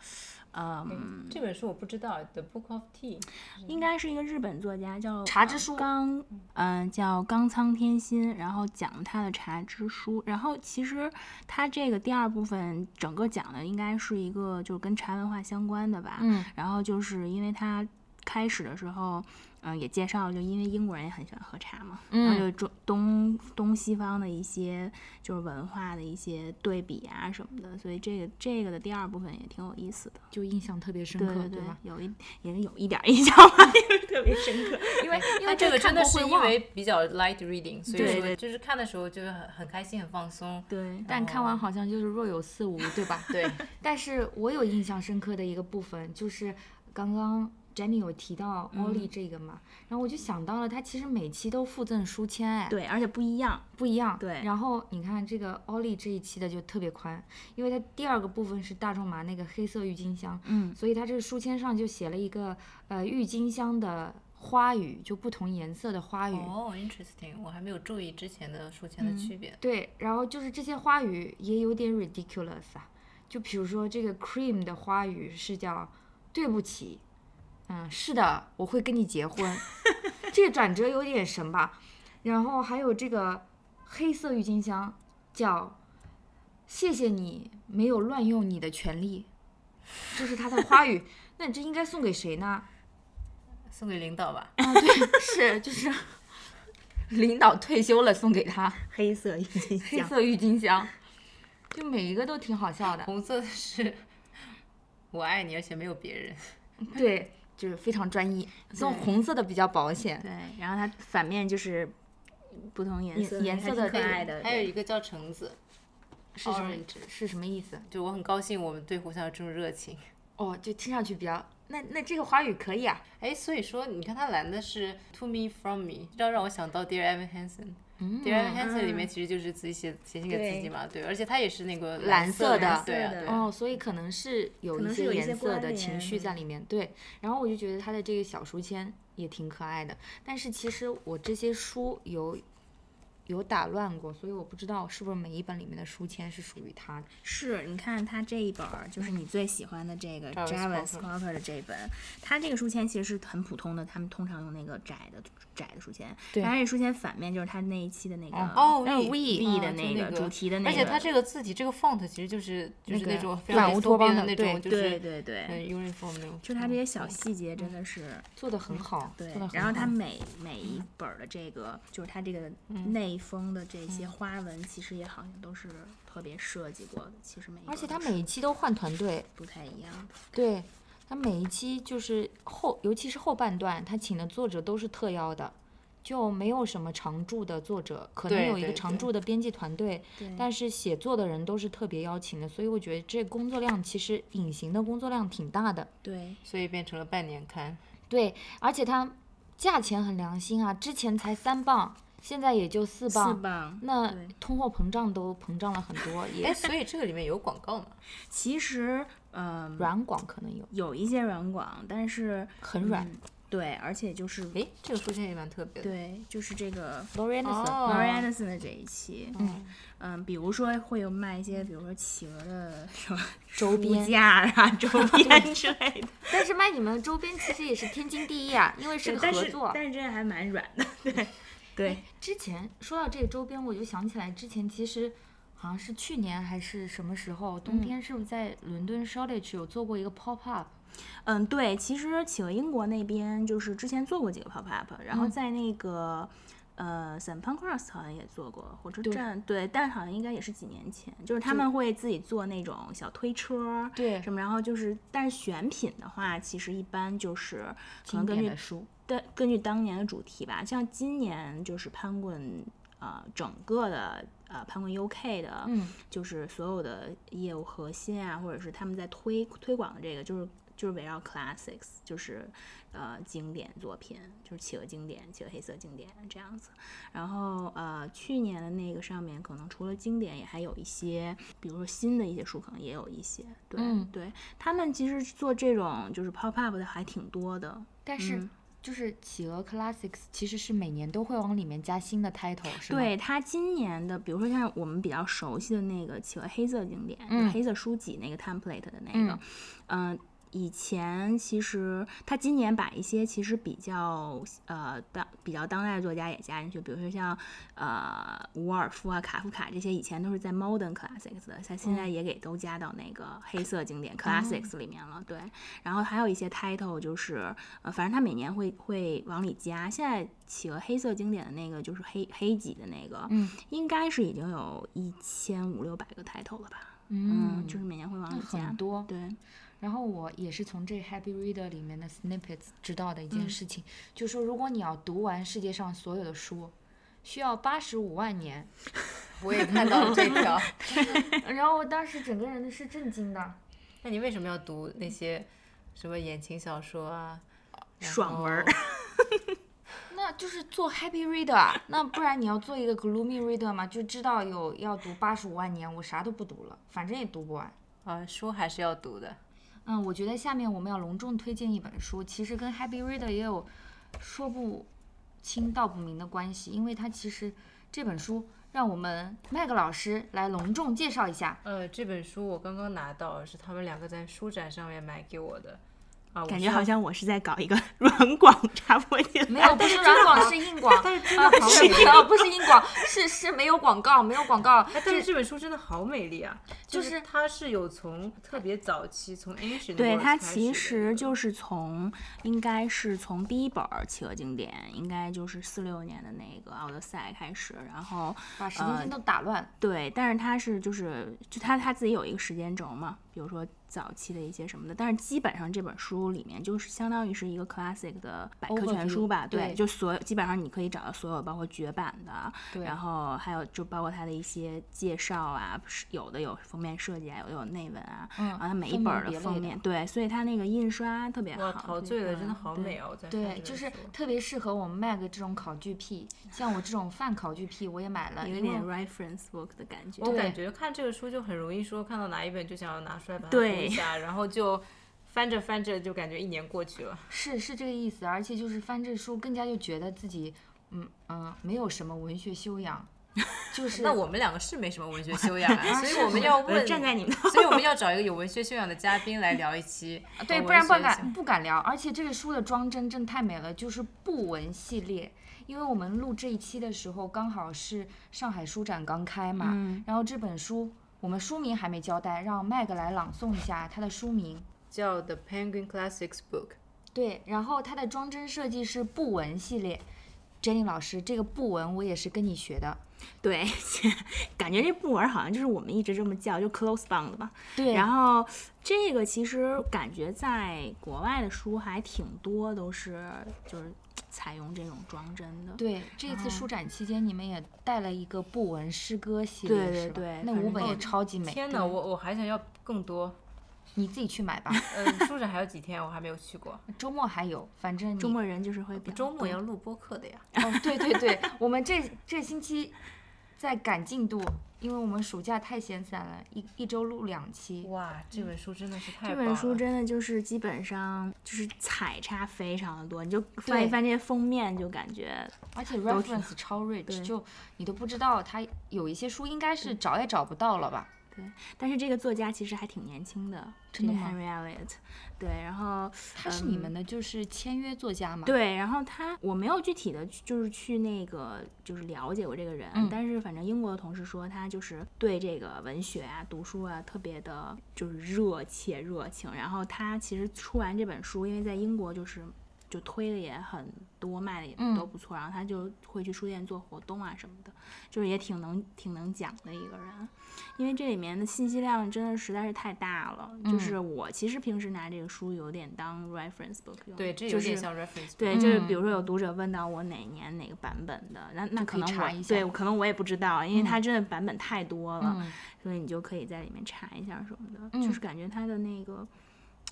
Speaker 3: 嗯，
Speaker 2: 这本书我不知道，《The Book of Tea》
Speaker 3: 应该是一个日本作家叫
Speaker 1: 嗯茶之
Speaker 3: 呃
Speaker 1: 书
Speaker 3: 冈，嗯、叫冈仓天心，然后讲他的茶之书。然后其实他这个第二部分整个讲的应该是一个就是跟茶文化相关的吧。
Speaker 1: 嗯，
Speaker 3: 然后就是因为他开始的时候，嗯、也介绍，就因为英国人也很喜欢喝茶嘛，然
Speaker 1: 嗯
Speaker 3: 后就中东东西方的一些就是文化的一些对比啊什么的，所以这个这个的第二部分也挺有意思的。
Speaker 1: 就印象特别深
Speaker 3: 对
Speaker 1: 刻，
Speaker 3: 对，
Speaker 1: 吧？
Speaker 3: 有一也是有一点儿印象吧， 就是特别深刻。
Speaker 1: 因为因为
Speaker 2: 这个
Speaker 1: 看
Speaker 2: 真的
Speaker 1: 过
Speaker 2: 是
Speaker 1: 会
Speaker 2: 因
Speaker 1: 忘，
Speaker 2: 为比较 light reading，所
Speaker 3: 对
Speaker 2: 以说
Speaker 3: 对
Speaker 2: 就是看的时候就是很很开心、很放松。
Speaker 3: 对，
Speaker 1: 但看完好像就是若有似无，对 吧？
Speaker 2: 对，
Speaker 1: 但是我有印象深刻的一个部分，就是刚刚 Jenny 有提到
Speaker 3: 嗯
Speaker 1: Ollie 这个嘛，然后我就想到了，他其实每期都附赠书签，哎，
Speaker 3: 对，而且不一样。
Speaker 1: 不一样。
Speaker 3: 对
Speaker 1: 然后你看这个 Ollie 这一期的就特别宽，因为它第二个部分是大众马那个黑色郁金香，
Speaker 3: 嗯
Speaker 1: 所以它这个书签上就写了一个呃郁金香的花语，就不同颜色的花语。
Speaker 2: 哦、i n t e r e s t i n g 我还没有注意之前的书签的区
Speaker 3: 嗯
Speaker 2: 别。
Speaker 1: 对，然后就是这些花语也有点 ridiculous 啊，就比如说这个 cream 的花语是叫对不起，嗯，是的，我会跟你结婚， 这个转折有点神吧。然后还有这个黑色郁金香叫谢谢你没有乱用你的权利，这是它的花 语。那你这应该送给谁呢？
Speaker 2: 送给领导吧。
Speaker 1: 啊，对，是就是 领导退休了送给他。
Speaker 3: 黑色郁金
Speaker 1: 黑
Speaker 3: 香，
Speaker 1: 色郁金香，就每一个都挺好笑的，
Speaker 2: 红色的是我爱你，而且没有别人。
Speaker 1: 对，就是非常专一。这种红色的比较保险，
Speaker 3: 对，然后它反面就是不同颜
Speaker 1: 颜
Speaker 3: 色，
Speaker 1: 颜
Speaker 3: 还
Speaker 1: 色
Speaker 3: 挺
Speaker 1: 的
Speaker 3: 可
Speaker 1: 这个
Speaker 3: 爱的。
Speaker 2: 还有
Speaker 3: 呃对
Speaker 2: 一个叫橙子，
Speaker 1: 是什么
Speaker 2: Orange
Speaker 1: 是什么意思？
Speaker 2: 就我很高兴我们对互相有这种热情。
Speaker 1: 哦，就听上去比较，那那这个花语可以啊，
Speaker 2: 哎，所以说你看它蓝的是 To Me From Me，要让我想到 Dear Evan Hansen。Dear
Speaker 1: 嗯
Speaker 2: Evan Hansen 里面其实就是自己写写信给自己嘛，对，而且它也是那个
Speaker 1: 蓝色的
Speaker 2: 色对啊
Speaker 3: 蓝色的
Speaker 2: 对啊。
Speaker 1: 哦，所以可能是有
Speaker 3: 可能
Speaker 1: 一
Speaker 3: 是有一些
Speaker 1: 颜色
Speaker 3: 关
Speaker 1: 的情
Speaker 3: 联
Speaker 1: 绪在里面。对，然后我就觉得他的这个小书签也挺可爱的，但是其实我这些书有。有打乱过，所以我不知道是不是每一本里面的书签是属于他的。
Speaker 3: 是，你看它这一本儿就是你最喜欢的这个
Speaker 2: Jarvis
Speaker 3: Jarvis
Speaker 2: Cocker
Speaker 3: Cooper 的这一本，它这个书签其实是很普通的，他们通常用那个窄的窄的书签，
Speaker 1: 对
Speaker 3: 但是这书签反面就是它那一期的那个
Speaker 2: 哦
Speaker 3: 那
Speaker 2: ，V
Speaker 3: 个 V 的
Speaker 2: 嗯就
Speaker 3: 那
Speaker 2: 个
Speaker 3: 个主题的那
Speaker 2: 而且它
Speaker 3: 个
Speaker 2: 这个字体这个 font 其实就是就是
Speaker 1: 那个
Speaker 2: 那种非
Speaker 1: 反
Speaker 2: 常
Speaker 1: 乌托邦
Speaker 2: dystopian
Speaker 1: 的
Speaker 2: 的那
Speaker 1: 对
Speaker 2: 种，就
Speaker 3: 对
Speaker 2: 是嗯
Speaker 3: 对
Speaker 2: 很
Speaker 3: 对，
Speaker 2: uniform 那种。
Speaker 3: 就是它这些小细节真的是。
Speaker 1: 做的很好，
Speaker 3: 对
Speaker 1: 做得，很
Speaker 3: 然
Speaker 1: 好
Speaker 3: 后
Speaker 1: 嗯
Speaker 3: 它每每一本儿的这个，就是它这个内封的这
Speaker 1: 嗯
Speaker 3: 些花纹，其实也好像都是特别设计过的。其实每一
Speaker 1: 而且
Speaker 3: 本
Speaker 1: 他
Speaker 3: 儿
Speaker 1: 每一期都换团队，
Speaker 3: 不太一样的。
Speaker 1: 对他每一期就是后，尤其是后半段，他请的作者都是特邀的，就没有什么常驻的作者，可能
Speaker 2: 对
Speaker 1: 有一个
Speaker 2: 对
Speaker 1: 常
Speaker 2: 对
Speaker 1: 驻的编辑团队，
Speaker 3: 对
Speaker 1: 但是写作的人都是特别邀请的，所以我觉得这工作量其实隐形的工作量挺大的。
Speaker 3: 对，
Speaker 2: 所以变成了半年刊。
Speaker 1: 对，而且它价钱很良心啊，之前才三磅，现在也就四
Speaker 3: 四
Speaker 1: 磅。
Speaker 3: 磅。
Speaker 1: 那
Speaker 3: 对
Speaker 1: 通货膨胀都膨胀了很多，也
Speaker 2: 哎，所以这个里面有广告嘛？
Speaker 3: 其实，嗯、
Speaker 1: 软广可能有
Speaker 3: 有一些软广，但是
Speaker 1: 很软。
Speaker 3: 嗯对，而且就是
Speaker 2: 哎，这个书签也蛮特别的。
Speaker 3: 对，就是这个
Speaker 1: Laurie Anderson，、
Speaker 2: 哦
Speaker 3: m a r i a n s o n 的这一期，嗯嗯，比如说会有卖一些，比如说企鹅的什么
Speaker 1: 周
Speaker 3: 书
Speaker 1: 边
Speaker 3: 架 啊、周边之类的。
Speaker 1: 但是卖你们周边其实也是天经地义啊，因为是
Speaker 3: 对
Speaker 1: 个
Speaker 3: 但
Speaker 1: 合
Speaker 3: 是
Speaker 1: 作。
Speaker 3: 但是这还蛮软的， 对对，
Speaker 1: 之前说到这个周边，我就想起来之前其实好像是去年还是什么时候，冬天是不是在伦敦 Shoreditch 有做过一个 pop up？
Speaker 3: 嗯对，其实企鹅英国那边就是之前做过几个 pop up，然
Speaker 1: 嗯
Speaker 3: 后在那个。呃，St. Pancras 好像也做过火车站，对，但好像应该也是几年前，就是他们会自己做那种小推车，
Speaker 1: 对
Speaker 3: 什么，然后就是，但是选品的话，其实一般就是可
Speaker 1: 经
Speaker 3: 能根
Speaker 1: 典
Speaker 3: 据
Speaker 1: 的书，
Speaker 3: 但根据当年的主题吧，像今年就是潘棍呃整个的呃潘棍 UK 的，
Speaker 1: 嗯，
Speaker 3: 就是所有的业务核心啊，或者是他们在推推广的这个，就是就是围绕 classics，就是呃经典作品，就是企鹅经典、企鹅黑色经典这样子。然后呃去年的那个上面，可能除了经典，也还有一些，比如说新的一些书，可能也有一些。对、
Speaker 1: 嗯
Speaker 3: 对，他们其实做这种就是 pop up 的还挺多的。
Speaker 1: 但是、
Speaker 3: 嗯
Speaker 1: 就是企鹅 Classics 其实是每年都会往里面加新的 title，是吗？
Speaker 3: 对他今年的，比如说像我们比较熟悉的那个企鹅黑色经典，
Speaker 1: 嗯
Speaker 3: 就黑色书籍那个 template 的那个，嗯、以前其实他今年把一些其实比较呃当比较当代的作家也加进去，比如说像呃伍尔夫啊、卡夫卡这些，以前都是在 modern classics 的，他现
Speaker 1: 嗯
Speaker 3: 在也给都加到那个黑色经
Speaker 1: 哦
Speaker 3: 典 classics 里面了。对，然后还有一些 title 就是呃，反正他每年会会往里加。现在企鹅黑色经典的那个就是黑黑脊的那个，
Speaker 1: 嗯，
Speaker 3: 应该是已经有一千五六百个 title 了吧？
Speaker 1: 嗯
Speaker 3: 就是每年会往
Speaker 1: 那
Speaker 3: 里加
Speaker 1: 很。多。
Speaker 3: 对，
Speaker 1: 然后我也是从这 Happy Reader 里面的 snippets 知道的一
Speaker 3: 嗯
Speaker 1: 件事情，就说如果你要读完世界上所有的书，需要八十五万年。我也看到了这条，然后我当时整个人是震惊的。
Speaker 2: 那你为什么要读那些什么言情小说啊？然
Speaker 3: 爽
Speaker 1: 哦
Speaker 3: 文儿
Speaker 2: 后
Speaker 1: 那就是做 happy reader 啊，那不然你要做一个 gloomy reader 嘛，就知道有要读八十五万年，我啥都不读了，反正也读不完。
Speaker 2: 啊，书还是要读的。
Speaker 1: 嗯，我觉得下面我们要隆重推荐一本书，其实跟 Happy Reader 也有说不清道不明的关系，因为它其实这本书让我们麦克老师来隆重介绍一下。
Speaker 2: 呃，这本书我刚刚拿到，是他们两个在书展上面买给我的。啊，我
Speaker 3: 感
Speaker 2: 需
Speaker 3: 觉
Speaker 2: 要
Speaker 3: 好像我是在搞一个 软广插播进来。
Speaker 1: 没有，不是软广，是硬广。
Speaker 2: 但是真
Speaker 1: 啊
Speaker 2: 的，
Speaker 1: 不
Speaker 2: 好
Speaker 1: 是
Speaker 2: 美丽
Speaker 1: 啊，不是硬广，是是没有广告，没有广告。
Speaker 2: 哎，但是这本书真的好美丽啊！就
Speaker 1: 就是
Speaker 2: 是它是有从特别早期，从 ancient
Speaker 3: 对，
Speaker 2: world 开
Speaker 3: 它其
Speaker 2: 始的一
Speaker 3: 实
Speaker 2: 个
Speaker 3: 就是从，应该是从第一本儿企鹅经典，应该就是四六年的那个《奥德赛》开始，然后
Speaker 1: 把时间线都打乱。
Speaker 3: 对，但是它是就是就它它自己有一个时间轴嘛，比如说早期的一些什么的，但是基本上这本书里面就是相当于是一个 classic 的百科全
Speaker 1: Overview，
Speaker 3: 书吧，对，
Speaker 1: 对
Speaker 3: 就所有基本上你可以找到所有，包括绝版的，
Speaker 1: 对
Speaker 3: 然后还有就包括它的一些介绍啊，是有的有封面设计啊，有的有内文啊，
Speaker 1: 嗯
Speaker 3: 然后它每一
Speaker 1: 分
Speaker 3: 本
Speaker 1: 门
Speaker 3: 儿的
Speaker 1: 别
Speaker 3: 封
Speaker 1: 类的
Speaker 3: 面，对，所以它那个印刷特别好，
Speaker 2: 哇，陶
Speaker 3: 对
Speaker 2: 醉了，真的
Speaker 3: 嗯
Speaker 2: 好
Speaker 3: 对
Speaker 2: 美啊！我在看
Speaker 1: 对，
Speaker 2: 这
Speaker 1: 就
Speaker 2: 本
Speaker 1: 是
Speaker 2: 书
Speaker 1: 特别适合我们 Mag 这种考据癖，像我这种泛考据癖，我也买了，
Speaker 3: 有
Speaker 1: 因
Speaker 3: 点
Speaker 1: 为
Speaker 3: reference book 的感觉，
Speaker 2: 我
Speaker 1: 对
Speaker 2: 感觉看这个书就很容易说看到哪一本就想要拿出来把它读
Speaker 3: 对
Speaker 2: 一下，然后就翻着翻着就感觉一年过去了。
Speaker 1: 是是这个意思，而且就是翻这书，更加就觉得自己，嗯嗯、呃没有什么文学修养， 就是，
Speaker 2: 那我们两个是没什么文学修养啊，所以我们要
Speaker 3: 我
Speaker 2: 问，
Speaker 3: 站在你们 的
Speaker 2: 所以我们要找一个有文学修养的嘉宾来聊一期
Speaker 1: 对，
Speaker 2: 呃
Speaker 1: 不然不
Speaker 2: 文学
Speaker 1: 敢不敢聊。而且这个书的装帧真太美了，就是不文系列。因为我们录这一期的时候，刚好是上海书展刚开嘛，
Speaker 3: 嗯
Speaker 1: 然后这本书我们书名还没交代，让麦格来朗诵一下它的书名。
Speaker 2: 叫《The Penguin Classics Book》。
Speaker 1: 对，然后它的装帧设计是布纹系列。Jenny 老师，这个布纹我也是跟你学的。
Speaker 3: 对， 感觉这布纹儿好像就是我们一直这么叫，就 close bound 吧。
Speaker 1: 对
Speaker 3: 然后这个其实感觉在国外的书还挺多，都是就是采用这种装帧的。
Speaker 1: 对，这
Speaker 3: 嗯
Speaker 1: 次书展期间，你们也带了一个布纹诗歌系列，
Speaker 3: 对对
Speaker 1: 是吧
Speaker 3: 对
Speaker 1: 那
Speaker 3: 反
Speaker 1: 五
Speaker 3: 正
Speaker 1: 本也
Speaker 3: 就
Speaker 1: 超级美，
Speaker 2: 天哪，我我还想要更多。
Speaker 1: 你自己去 买吧。
Speaker 2: 嗯，书展还有几天，我还没有去过。
Speaker 1: 周末还有，反正你
Speaker 3: 周末人就是会比较
Speaker 2: 周末
Speaker 3: 多
Speaker 2: 要录播客的呀。
Speaker 1: 哦，对对对，我们这这星期在赶进度，因为我们暑假太闲散了，一一周录两期。
Speaker 2: 哇，这本书真的是太
Speaker 3: 这
Speaker 2: 棒了！
Speaker 3: 本书真的就是基本上就是彩插非常的多，你就翻一
Speaker 1: 对
Speaker 3: 翻这些封面，就感觉
Speaker 1: 而且
Speaker 3: 挺
Speaker 1: reference 超 rich，就你都不知道它有一些书应该是找也找不到了吧？
Speaker 3: 但是这个作家其实还挺年轻的，这
Speaker 1: 真
Speaker 3: 个
Speaker 1: 的吗
Speaker 3: Henry Elliott。对，然后
Speaker 1: 他是你们的就是签约作家嘛？
Speaker 3: 嗯对，然后他我没有具体的就是去那个就是了解过这个人，
Speaker 1: 嗯
Speaker 3: 但是反正英国的同事说他就是对这个文学啊、读书啊特别的，就是热切热情。然后他其实出完这本书，因为在英国就是。就推的也很多，卖的也
Speaker 1: 嗯
Speaker 3: 都不错。然后他就会去书店做活动啊什么的，就是也挺能挺能讲的一个人。因为这里面的信息量真的实在是太大了，
Speaker 2: 嗯
Speaker 3: 就是我其实平时拿这个书有点当 reference book 用，
Speaker 2: 对，这
Speaker 3: 就
Speaker 2: 有
Speaker 3: 是
Speaker 2: 点像 reference，book
Speaker 3: 对，就是
Speaker 1: 嗯
Speaker 3: 比如说有读者问到我哪年哪个版本的，那那可
Speaker 1: 以
Speaker 3: 能
Speaker 1: 查
Speaker 3: 我
Speaker 1: 一下
Speaker 3: 对，可能我也不知道，因为它真的版本太多了，
Speaker 1: 嗯
Speaker 3: 所以你就可以在里面查一下什么的，就是感觉它的那个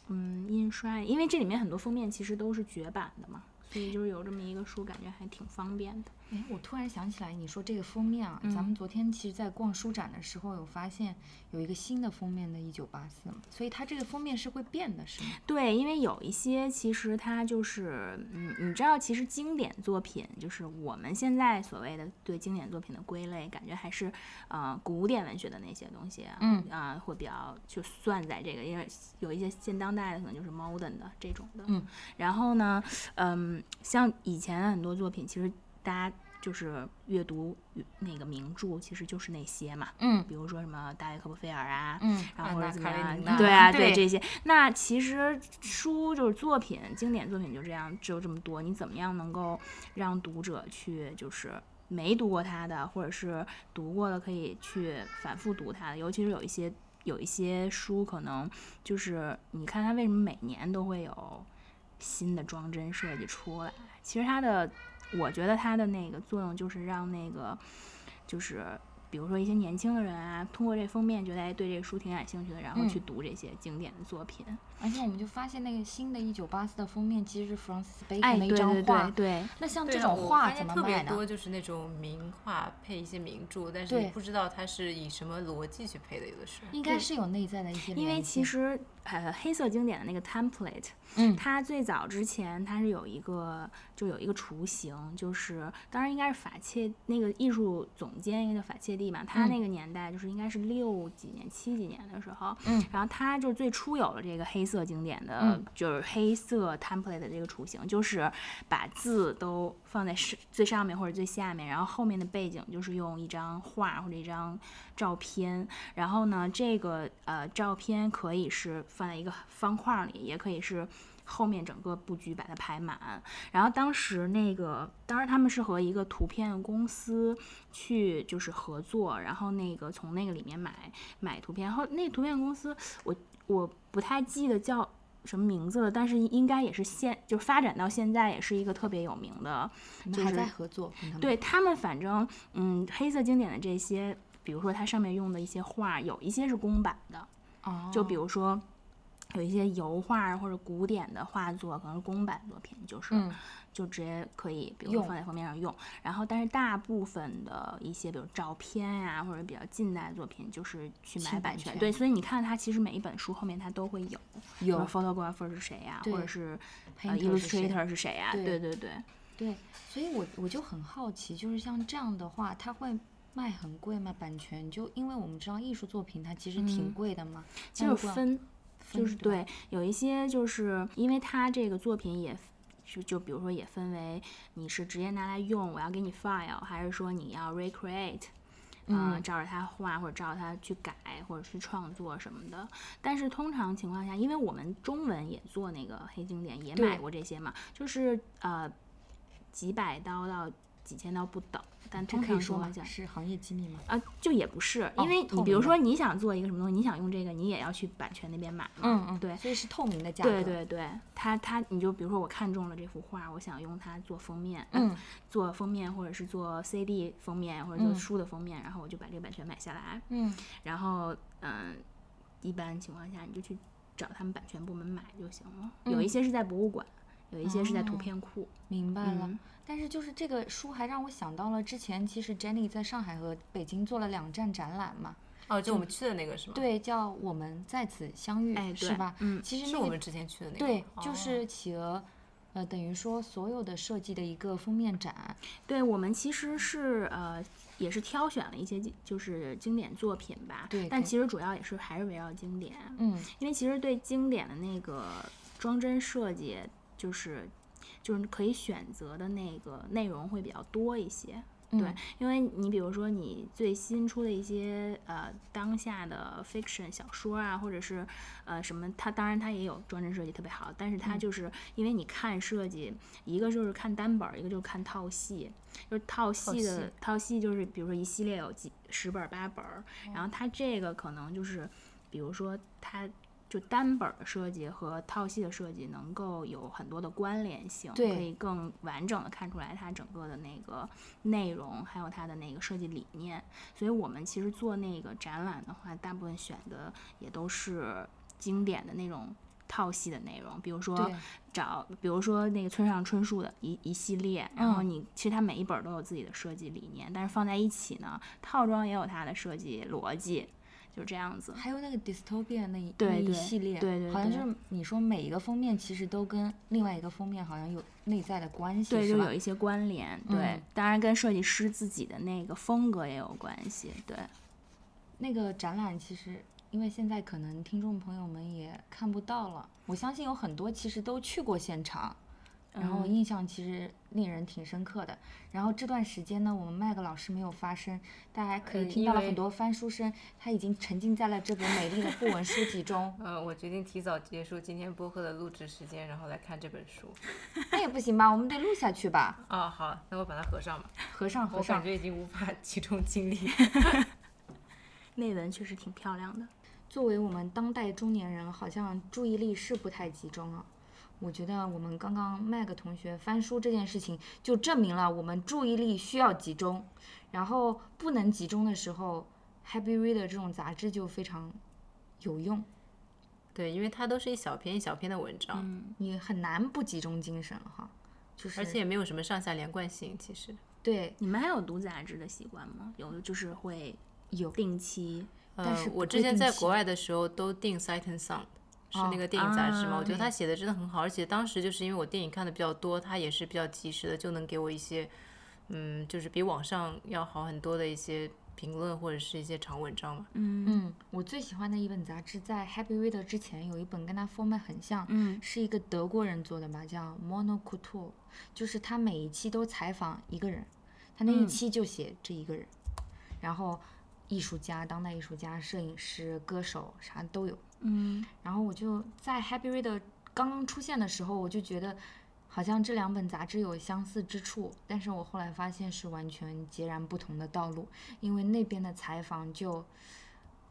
Speaker 3: 嗯印刷，因为这里面很多封面其实都是绝版的嘛，所以就是有这么一个书，感觉还挺方便的。
Speaker 1: 哎，我突然想起来，你说这个封面啊，咱们
Speaker 3: 嗯
Speaker 1: 昨天其实，在逛书展的时候有发现有一个新的封面的《一九八四》嘛，所以它这个封面是会变的，是吗？
Speaker 3: 对，因为有一些其实它就是，嗯，你知道，其实经典作品就是我们现在所谓的对经典作品的归类，感觉还是呃古典文学的那些东西啊，
Speaker 1: 嗯
Speaker 3: 啊、会比较就算在这个，因为有一些现当代的可能就是 modern 的这种的，
Speaker 1: 嗯，
Speaker 3: 然后呢，嗯，像以前的很多作品，其实大家。就是阅读那个名著，其实就是那些嘛，
Speaker 1: 嗯
Speaker 3: 比如说什么大卫科波菲尔啊，
Speaker 1: 嗯
Speaker 2: 安
Speaker 3: 然后或
Speaker 2: 娜
Speaker 3: 者怎么
Speaker 2: 卡列
Speaker 3: 样
Speaker 2: 尼娜
Speaker 3: 对啊，
Speaker 1: 对
Speaker 3: 这些。那其实书就是作品，经典作品就这样，只有这么多。你怎么样能够让读者去就是？没读过它的，或者是读过了可以去反复读它的，尤其是有一些有一些书，可能就是你看它为什么每年都会有新的装帧设计出来，其实它的，我觉得它的那个作用就是让那个，就是比如说一些年轻的人啊，通过这封面觉得哎对这个书挺感兴趣的，然后
Speaker 1: 嗯
Speaker 3: 去读这些经典的作品。
Speaker 1: 而且我们就发现那个新的《一九八四》的封面其实是 Francis Bacon
Speaker 3: 哎，
Speaker 1: 的
Speaker 3: 对
Speaker 1: 一张
Speaker 3: 对
Speaker 1: 画
Speaker 3: 对。对，
Speaker 1: 那像
Speaker 2: 对
Speaker 1: 这
Speaker 2: 啊
Speaker 1: 种
Speaker 2: 我
Speaker 1: 画
Speaker 2: 发
Speaker 1: 怎
Speaker 2: 现
Speaker 1: 么
Speaker 2: 特别
Speaker 1: 卖呢
Speaker 2: 多？就是那种名画配一些名著，但是
Speaker 1: 对
Speaker 2: 你不知道它是以什么逻辑去配的，有的时候。
Speaker 1: 应该
Speaker 3: 对
Speaker 1: 是有内在的一些联系，
Speaker 3: 因为其实呃黑色经典的那个 template，
Speaker 1: 嗯
Speaker 3: 它最早之前它是有一个就有一个雏形，就是当然应该是法切那个艺术总监应该叫法切蒂嘛，他
Speaker 1: 嗯
Speaker 3: 那个年代就是应该是六几年七几年的时候，
Speaker 1: 嗯，
Speaker 3: 然后他就最初有了这个黑色经典的，
Speaker 1: 嗯
Speaker 3: 就是黑色 template 的这个雏形，就是把字都放在是最上面或者最下面，然后后面的背景就是用一张画或者一张照片，然后呢，这个呃照片可以是放在一个方框里，也可以是后面整个布局把它排满。然后当时那个，当时他们是和一个图片公司去就是合作，然后那个从那个里面买买图片，然后那图片公司我我不太记得叫。什么名字了？但是应该也是现，就发展到现在，也是一个特别有名的，
Speaker 1: 你
Speaker 3: 就
Speaker 1: 们还
Speaker 3: 是
Speaker 1: 在合作跟他们。
Speaker 3: 对他们，反正嗯，黑色经典的这些，比如说它上面用的一些画，有一些是公版的，
Speaker 1: 哦，
Speaker 3: 就比如说。有一些油画或者古典的画作，可能是公版作品，就是、
Speaker 1: 嗯
Speaker 3: 就直接可以，比如说
Speaker 1: 用
Speaker 3: 放在封面上用。然后，但是大部分的一些，比如照片呀、或者比较近代作品，就是去买
Speaker 1: 侵
Speaker 3: 版
Speaker 1: 版
Speaker 3: 权。
Speaker 1: 权
Speaker 3: 对，所以你看，它其实每一本书后面它都会有，比如
Speaker 1: 有
Speaker 3: photographer 是谁呀、或者
Speaker 1: 对
Speaker 3: 是呃
Speaker 1: Painter 是谁
Speaker 3: illustrator 是谁呀、
Speaker 1: 对
Speaker 3: 对对对，
Speaker 1: 对，所以我我就很好奇，就是像这样的话，它会卖很贵吗？版权就因为我们知道艺术作品它其实挺
Speaker 3: 嗯
Speaker 1: 贵的嘛，
Speaker 3: 就
Speaker 1: 那如
Speaker 3: 是
Speaker 1: 果
Speaker 3: 分
Speaker 1: 分
Speaker 3: 就是
Speaker 1: 对吧，
Speaker 3: 对，有一些就是因为它这个作品也就就比如说也分为你是直接拿来用，我要给你 file，还是说你要 recreate。啊
Speaker 1: 嗯
Speaker 3: 照着它画或者照着它去改或者去创作什么的。但是通常情况下，因为我们中文也做那个黑经典，也
Speaker 1: 对
Speaker 3: 买过这些嘛，就是呃几百刀到几千刀不等。但
Speaker 1: 这
Speaker 3: 通
Speaker 1: 可以
Speaker 3: 常
Speaker 1: 说
Speaker 3: 情
Speaker 1: 吗
Speaker 3: 况？下，
Speaker 1: 是行业机密吗？
Speaker 3: 啊，就也不是，
Speaker 1: 哦
Speaker 3: 因为
Speaker 1: 透
Speaker 3: 你比
Speaker 1: 明
Speaker 3: 如
Speaker 1: 的
Speaker 3: 说你想做一个什么东西，你想用这个，你也要去版权那边买嘛。
Speaker 1: 嗯嗯，
Speaker 3: 对
Speaker 1: 所以是透明的价格。
Speaker 3: 对对对，他他你就比如说我看中了这幅画，我想用它做封面，呃
Speaker 1: 嗯
Speaker 3: 做封面或者是做 CD 封面或者做
Speaker 1: 嗯
Speaker 3: 书的封面，然后我就把这个版权买下来，
Speaker 1: 嗯，
Speaker 3: 然后嗯，一般情况下你就去找他们版权部门买就行了。有一
Speaker 1: 嗯
Speaker 3: 些是在博物馆，有一些是在图
Speaker 1: 哦
Speaker 3: 片库。
Speaker 1: 明白了。
Speaker 3: 嗯
Speaker 1: 但是就是这个书还让我想到了之前，其实 Jenny 在上海和北京做了两站展览嘛，
Speaker 2: 哦，就我们去的那个是吗？，
Speaker 1: 对，叫我们在此相遇，
Speaker 3: 哎，对
Speaker 1: 是吧？
Speaker 3: 嗯，
Speaker 1: 其实
Speaker 2: 是
Speaker 1: 那
Speaker 2: 我
Speaker 1: 个
Speaker 2: 们之前去的那个吗。
Speaker 1: 对，就
Speaker 2: 哦
Speaker 1: 是企鹅，呃，等于说所有的设计的一个封面展，
Speaker 3: 对我们其实是呃。也是挑选了一些经就是经典作品吧，
Speaker 1: 对
Speaker 3: 但
Speaker 1: 对
Speaker 3: 其实主要也是还是围绕经典，
Speaker 1: 嗯
Speaker 3: 因为其实对经典的那个装帧设计，就是就是可以选择的那个内容会比较多一些。对，因为你比如说你最新出的一些呃当下的 fiction 小说啊，或者是呃什么，它当然它也有装帧设计特别好，但是它就是因为你看设计，一个就是看单本儿，一个就是看套系，就是套系
Speaker 2: 套
Speaker 3: 的
Speaker 2: 系
Speaker 3: 套系就是比如说一系列有几十本儿八本儿，然后它这个可能就是比如说它。就单本儿的设计和套系的设计能够有很多的关联性，可
Speaker 1: 对
Speaker 3: 以更完整的看出来它整个的那个内容，还有它的那个设计理念。所以我们其实做那个展览的话，大部分选的也都是经典的那种套系的内容，比如说
Speaker 1: 对
Speaker 3: 找，比如说那个村上春树的一一系列，然后
Speaker 1: 嗯
Speaker 3: 你其实它每一本儿都有自己的设计理念，但是放在一起呢，套装也有它的设计逻辑，就是这样子。
Speaker 1: 还有那个 dystopian 那一
Speaker 3: 对
Speaker 1: 那一
Speaker 3: 对
Speaker 1: 系列，
Speaker 3: 对对
Speaker 1: 好像
Speaker 3: 对
Speaker 1: 就是你说每一个封面其实都跟另外一个封面好像有内在的关系，
Speaker 3: 对，
Speaker 1: 是
Speaker 3: 就
Speaker 1: 吧
Speaker 3: 有一些关联，对，
Speaker 1: 嗯
Speaker 3: 当然跟设计师自己的那个风格也有关系，对，
Speaker 1: 那个展览其实，因为现在可能听众朋友们也看不到了，我相信有很多其实都去过现场，然
Speaker 3: 嗯
Speaker 1: 后印象其实令人挺深刻的。然后这段时间呢，我们麦克老师没有发声，大家可以
Speaker 2: 嗯
Speaker 1: 听
Speaker 2: 因
Speaker 1: 到了
Speaker 2: 为
Speaker 1: 很多翻书声，他已经沉浸在了这本美丽的不文书籍中。
Speaker 2: 呃，我决定提早结束今天播客的录制时间，然后来看这本书。
Speaker 1: 那也不行吧，我们得录下去吧，
Speaker 2: 啊，好，那我把它合上吧。
Speaker 1: 合上合
Speaker 2: 我感
Speaker 1: 上。
Speaker 2: 觉已经无法集中精力。
Speaker 3: 内文确实挺漂亮的。
Speaker 1: 作为我们当代中年人，好像注意力是不太集中啊。我觉得我们刚刚麦克同学翻书这件事情，就证明了我们注意力需要集中，然后不能集中的时候，Happy Reader 这种杂志就非常有用，
Speaker 2: 对，因为它都是一小篇一小篇的文章，
Speaker 1: 你很难不集中精神哈。就是，
Speaker 2: 而且也没有什么上下连贯性。其实，
Speaker 1: 对，
Speaker 3: 你们还有读杂志的习惯吗？有的就是会
Speaker 1: 有
Speaker 3: 定期，
Speaker 1: 但是
Speaker 2: 呃，
Speaker 1: 不
Speaker 2: 我
Speaker 1: 会
Speaker 2: 之前
Speaker 1: 定
Speaker 2: 在
Speaker 1: 期
Speaker 2: 国外的时候都订《Sight and Sound》，是
Speaker 1: 哦
Speaker 2: 那个电影杂志嘛，
Speaker 3: 啊
Speaker 2: 我觉得他写的真的很好，而且当时就是因为我电影看的比较多，他也是比较及时的，就能给我一些，嗯，就是比网上要好很多的一些评论或者是一些长文章嘛。
Speaker 1: 嗯，我最喜欢的一本杂志在 Happy Reader 之前有一本跟它封面很像，
Speaker 3: 嗯，
Speaker 1: 是一个德国人做的吧，叫 Mono c u t u 就是他每一期都采访一个人，他那一
Speaker 3: 嗯
Speaker 1: 期就写这一个人，然后艺术家、当代艺术家、摄影师、歌手啥都有。
Speaker 3: 嗯，
Speaker 1: 然后我就在 Happy Reader 刚刚出现的时候，我就觉得好像这两本杂志有相似之处，但是我后来发现是完全截然不同的道路，因为那边的采访就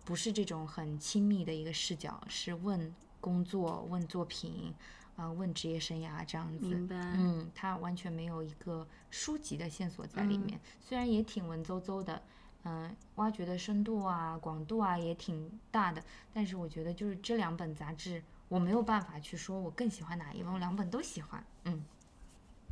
Speaker 1: 不是这种很亲密的一个视角，是问工作、问作品。啊、问职业生涯这样子，
Speaker 3: 明白
Speaker 1: 嗯，它完全没有一个书籍的线索在里
Speaker 2: 嗯
Speaker 1: 面，虽然也挺文绉绉的，嗯、挖掘的深度啊、广度啊也挺大的，但是我觉得就是这两本杂志，我没有办法去说我更喜欢哪一本，我两本都喜欢。嗯，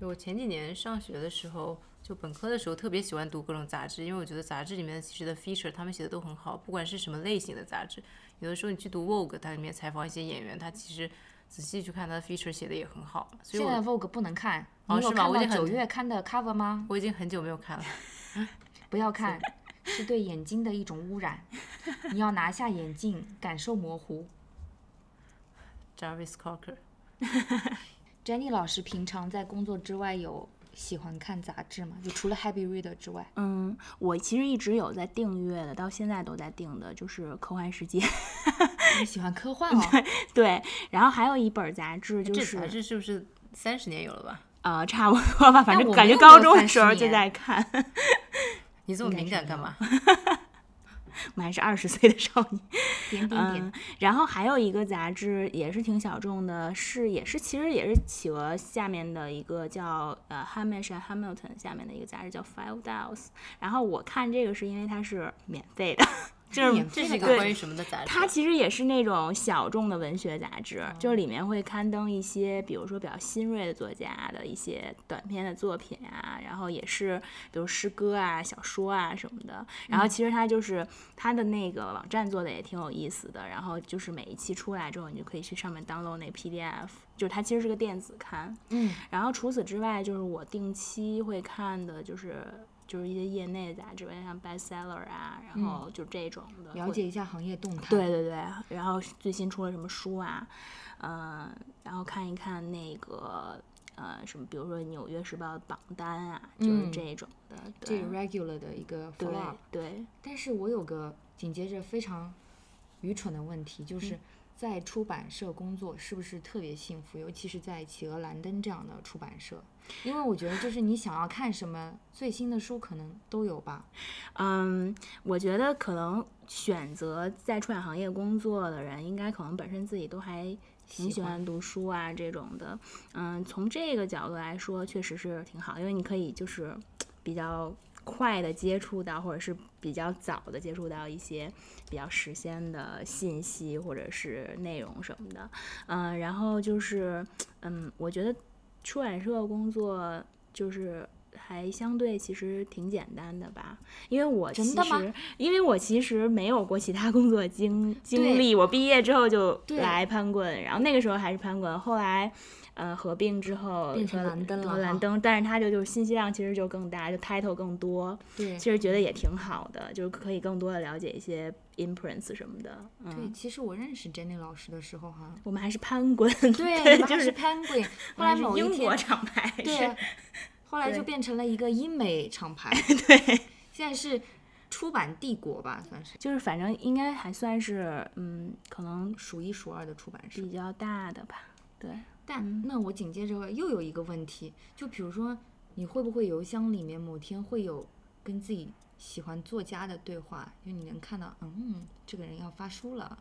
Speaker 2: 我前几年上学的时候，就本科的时候特别喜欢读各种杂志，因为我觉得杂志里面其实的 feature 他们写的都很好，不管是什么类型的杂志，有的时候你去读 Vogue，它里面采访一些演员，他其实仔细去看他的 feature 写的也很好，所以
Speaker 1: 现在
Speaker 2: 我哦
Speaker 1: Vogue 不能看，你有
Speaker 2: 是吗
Speaker 1: 看
Speaker 2: 我已
Speaker 1: 到
Speaker 2: 经很
Speaker 1: 九月刊的 cover 吗？
Speaker 2: 我已经很久没有看了。
Speaker 1: 不要看， 是对眼睛的一种污染。你要拿下眼镜，感受模糊。
Speaker 2: Jarvis Cocker，
Speaker 1: Jenny 老师平常在工作之外有喜欢看杂志吗？就除了 Happy Reader 之外，
Speaker 3: 嗯，我其实一直有在订阅的，到现在都在订的，就是《科幻世界》。
Speaker 1: 你喜欢科幻哦？
Speaker 3: 对，然后还有一本哎杂志，就
Speaker 2: 这
Speaker 3: 是
Speaker 2: 杂志是不是三十年有了吧？
Speaker 3: 呃，差不多吧，反
Speaker 1: 那
Speaker 3: 正
Speaker 1: 我
Speaker 3: 感
Speaker 1: 们
Speaker 3: 觉
Speaker 1: 有
Speaker 3: 高
Speaker 1: 没有
Speaker 3: 中的
Speaker 1: 30
Speaker 3: 时候就
Speaker 1: 年
Speaker 3: 在看。
Speaker 2: 你这么敏感干嘛？
Speaker 3: 我们还是二十岁的少年。
Speaker 1: 点点点
Speaker 3: 嗯，然后还有一个杂志也是挺小众的，是也是其实也是企鹅下面的一个叫呃 Hamish and Hamilton 下面的一个杂志叫 Five Dials。然后我看这个是因为它是免费的， 就是
Speaker 1: 免
Speaker 2: 这
Speaker 1: 费
Speaker 2: 是一
Speaker 1: 的
Speaker 2: 个
Speaker 1: 杂
Speaker 2: 关
Speaker 1: 志
Speaker 2: 于什么的杂志啊？
Speaker 3: 它其实也是那种小众的文学杂志，
Speaker 1: 嗯
Speaker 3: 就是里面会刊登一些，比如说比较新锐的作家的一些短篇的作品啊，然后也是比如诗歌啊、小说啊什么的。
Speaker 1: 嗯
Speaker 3: 然后其实它就是它的那个网站做的也挺有意思的，然后就是每一期出来之后，你就可以去上面 download 那 PDF，就是它其实是个电子刊。
Speaker 1: 嗯，
Speaker 3: 然后除此之外，就是我定期会看的，就是。就是一些业内杂志，像 bestseller 啊，然后就这种的，
Speaker 1: 嗯了解一下行业动态。
Speaker 3: 对，对对，呃然后最新出了什么书啊，嗯、然后看一看那个呃什么，比如说《纽约时报》榜单啊，就是
Speaker 1: 嗯
Speaker 3: 这种的。
Speaker 1: 这
Speaker 3: 对
Speaker 1: 个 regular 的一个 follow
Speaker 3: 对
Speaker 1: up。
Speaker 3: 对，
Speaker 1: 但是我有个紧接着非常愚蠢的问
Speaker 3: 嗯
Speaker 1: 题，就是在出版社工作是不是特别幸福？尤其是在企鹅兰登这样的出版社，因为我觉得就是你想要看什么最新的书，可能都有吧。
Speaker 3: 嗯，我觉得可能选择在出版行业工作的人，应该可能本身自己都还挺
Speaker 1: 喜
Speaker 3: 喜
Speaker 1: 欢
Speaker 3: 欢读书啊这种的。嗯，从这个角度来说，确实是挺好，因为你可以就是比较快的接触到，或者是比较早的接触到一些比较时鲜的信息或者是内容什么的。嗯，然后就是，嗯，我觉得出版社工作就是还相对其实挺简单的吧，因为我其
Speaker 1: 真的吗
Speaker 3: 实因为我其实没有过其他工 作经
Speaker 1: 对
Speaker 3: 经历，我毕业之后就
Speaker 1: 对
Speaker 3: 来潘棍，然后那个时候还是潘棍，后来。呃，合并之后
Speaker 1: 变成
Speaker 3: 和
Speaker 1: 蓝灯了
Speaker 3: 和
Speaker 1: 哈
Speaker 3: 蓝灯，但是它就就是信息量其实就更大，就 title 更多，
Speaker 1: 对
Speaker 3: 其实觉得也挺好的，就是可以更多的了解一些 imprints 什么的。
Speaker 1: 对，
Speaker 3: 嗯，，
Speaker 1: 其实我认识 Jenny 老师的时候哈
Speaker 3: 我们还是潘 棍，
Speaker 1: 对，你们
Speaker 3: 就
Speaker 1: 还
Speaker 3: 是
Speaker 1: 是 Penguin，后
Speaker 3: 我
Speaker 1: 来
Speaker 3: 们是
Speaker 1: 某一
Speaker 3: 英
Speaker 1: 天，
Speaker 3: 国厂牌，
Speaker 1: 对， 后来就
Speaker 3: 对
Speaker 1: 变成了一个英美厂牌，
Speaker 3: 是 对，
Speaker 1: 现在是出版帝国吧，算是
Speaker 3: 就是反正应该还算是嗯，可能
Speaker 1: 数一数二的出版社。
Speaker 3: 比较大的吧。对，嗯
Speaker 1: 但那我紧接着又有一个问题，就比如说，你会不会邮箱里面某天会有跟自己喜欢作家的对话？因为你能看到，嗯，这个人要发书了，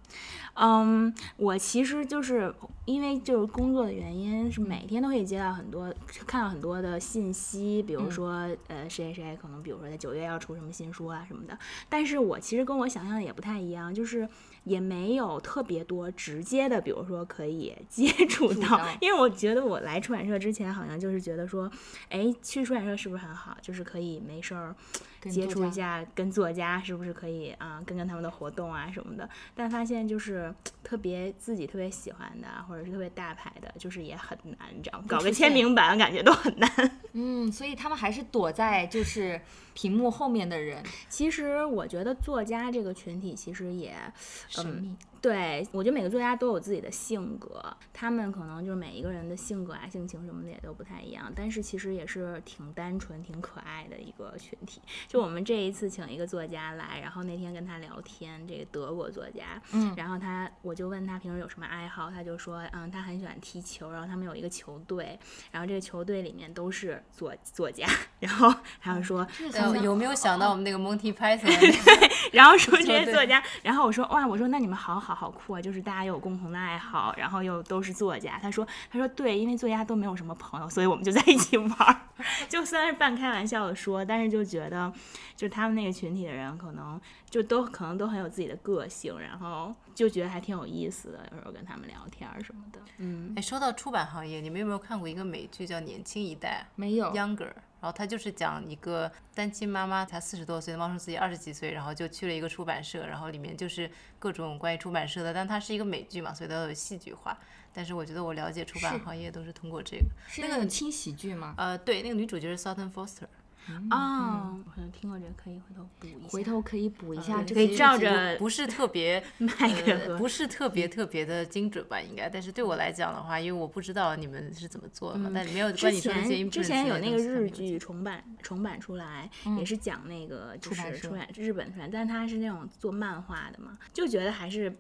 Speaker 3: 嗯，我其实就是因为就是工作的原因，是每天都可以接到很多看到很多的信息，比如说、呃谁谁谁可能比如说在九月要出什么新书啊什么的。但是我其实跟我想象的也不太一样，就是也没有特别多直接的，比如说可以 接触
Speaker 1: 触
Speaker 3: 到，
Speaker 1: 到
Speaker 3: 因为我觉得我来出版社之前好像就是觉得说，哎，去出版社是不是很好？就是可以没事儿
Speaker 1: 跟
Speaker 3: 接
Speaker 1: 作
Speaker 3: 触一
Speaker 1: 家
Speaker 3: 下跟作家，是不是可以啊、跟跟他们的活动啊什么的。但发现就是特别自己特别喜欢的，啊或者是特别大牌的，就是也很难，你知道吗？搞
Speaker 1: 出
Speaker 3: 个签
Speaker 1: 现
Speaker 3: 名版感觉都很难。
Speaker 1: 嗯，所以他们还是躲在就是屏幕后面的人，
Speaker 3: 其实我觉得作家这个群体其实也
Speaker 2: 啊
Speaker 1: 神
Speaker 2: 嗯
Speaker 1: 秘。
Speaker 3: 对，我觉得每个作家都有自己的性格，他们可能就是每一个人的性格啊、性情什么的也都不太一样，但是其实也是挺单纯、挺可爱的一个群体。就我们这一次请一个作家来，然后那天跟他聊天，这个德国作家，
Speaker 1: 嗯
Speaker 3: 然后他我就问他平时有什么爱好，他就说，嗯，他很喜欢踢球，然后他们有一个球队，然后这个球队里面都是作作家， 然后还有说，
Speaker 1: 哦这个
Speaker 2: 但
Speaker 1: 好像
Speaker 2: 有
Speaker 3: 哦
Speaker 2: 没有想到我们那个 Monty Python？
Speaker 3: 然后说这
Speaker 2: 作
Speaker 3: 些
Speaker 2: 对
Speaker 3: 作家，然后我说哇，我说那你们好好好酷啊，就是大家有共同的爱好，然后又都是作家。他说他说对，因为作家都没有什么朋友，所以我们就在一起玩儿。就虽然是半开玩笑的说，但是就觉得就他们那个群体的人，可能就都可能都很有自己的个性，然后就觉得还挺有意思的，有时候跟他们聊天儿什么的。嗯，
Speaker 2: 哎，说到出版行业，你们有没有看过一个美剧叫《年轻一代》？啊
Speaker 1: 没有
Speaker 3: 哦
Speaker 2: Younger，然后他就是讲一个单亲妈妈，才四十多岁，冒充自己二十几岁，然后就去了一个出版社，然后里面就是各种关于出版社的，但它是一个美剧嘛，所以它有戏剧化。但是我觉得我了解出版
Speaker 1: 是
Speaker 2: 行业都是通过这个，
Speaker 1: 是那种轻喜剧吗？
Speaker 2: 呃，对，那个女主角是 Southern Foster，
Speaker 3: 哦，我好像听过这个，可以回头补一下。
Speaker 1: 回头可以补一下
Speaker 2: 对
Speaker 1: 这
Speaker 3: 呃可以
Speaker 1: 个
Speaker 3: 啊照
Speaker 2: 剧
Speaker 3: 着
Speaker 2: 不是特 别
Speaker 3: 麦克
Speaker 2: 呃
Speaker 3: 和
Speaker 2: 不是特
Speaker 3: 嗯
Speaker 2: 别特别的精准吧，应该。但是对我来讲的话，因为我不知道你们是怎么做的嘛，但没有
Speaker 3: 嗯之
Speaker 2: 关你说的这些
Speaker 3: 前之前
Speaker 2: influence
Speaker 3: 有
Speaker 2: 的
Speaker 3: 那个
Speaker 2: 东西嗯
Speaker 3: 日，
Speaker 2: 它没有
Speaker 3: 剧重版重版出来，也是讲那个就
Speaker 1: 出版
Speaker 3: 是
Speaker 1: 社
Speaker 3: 出版日本出版，但是它是那种做漫画的嘛，就觉得还是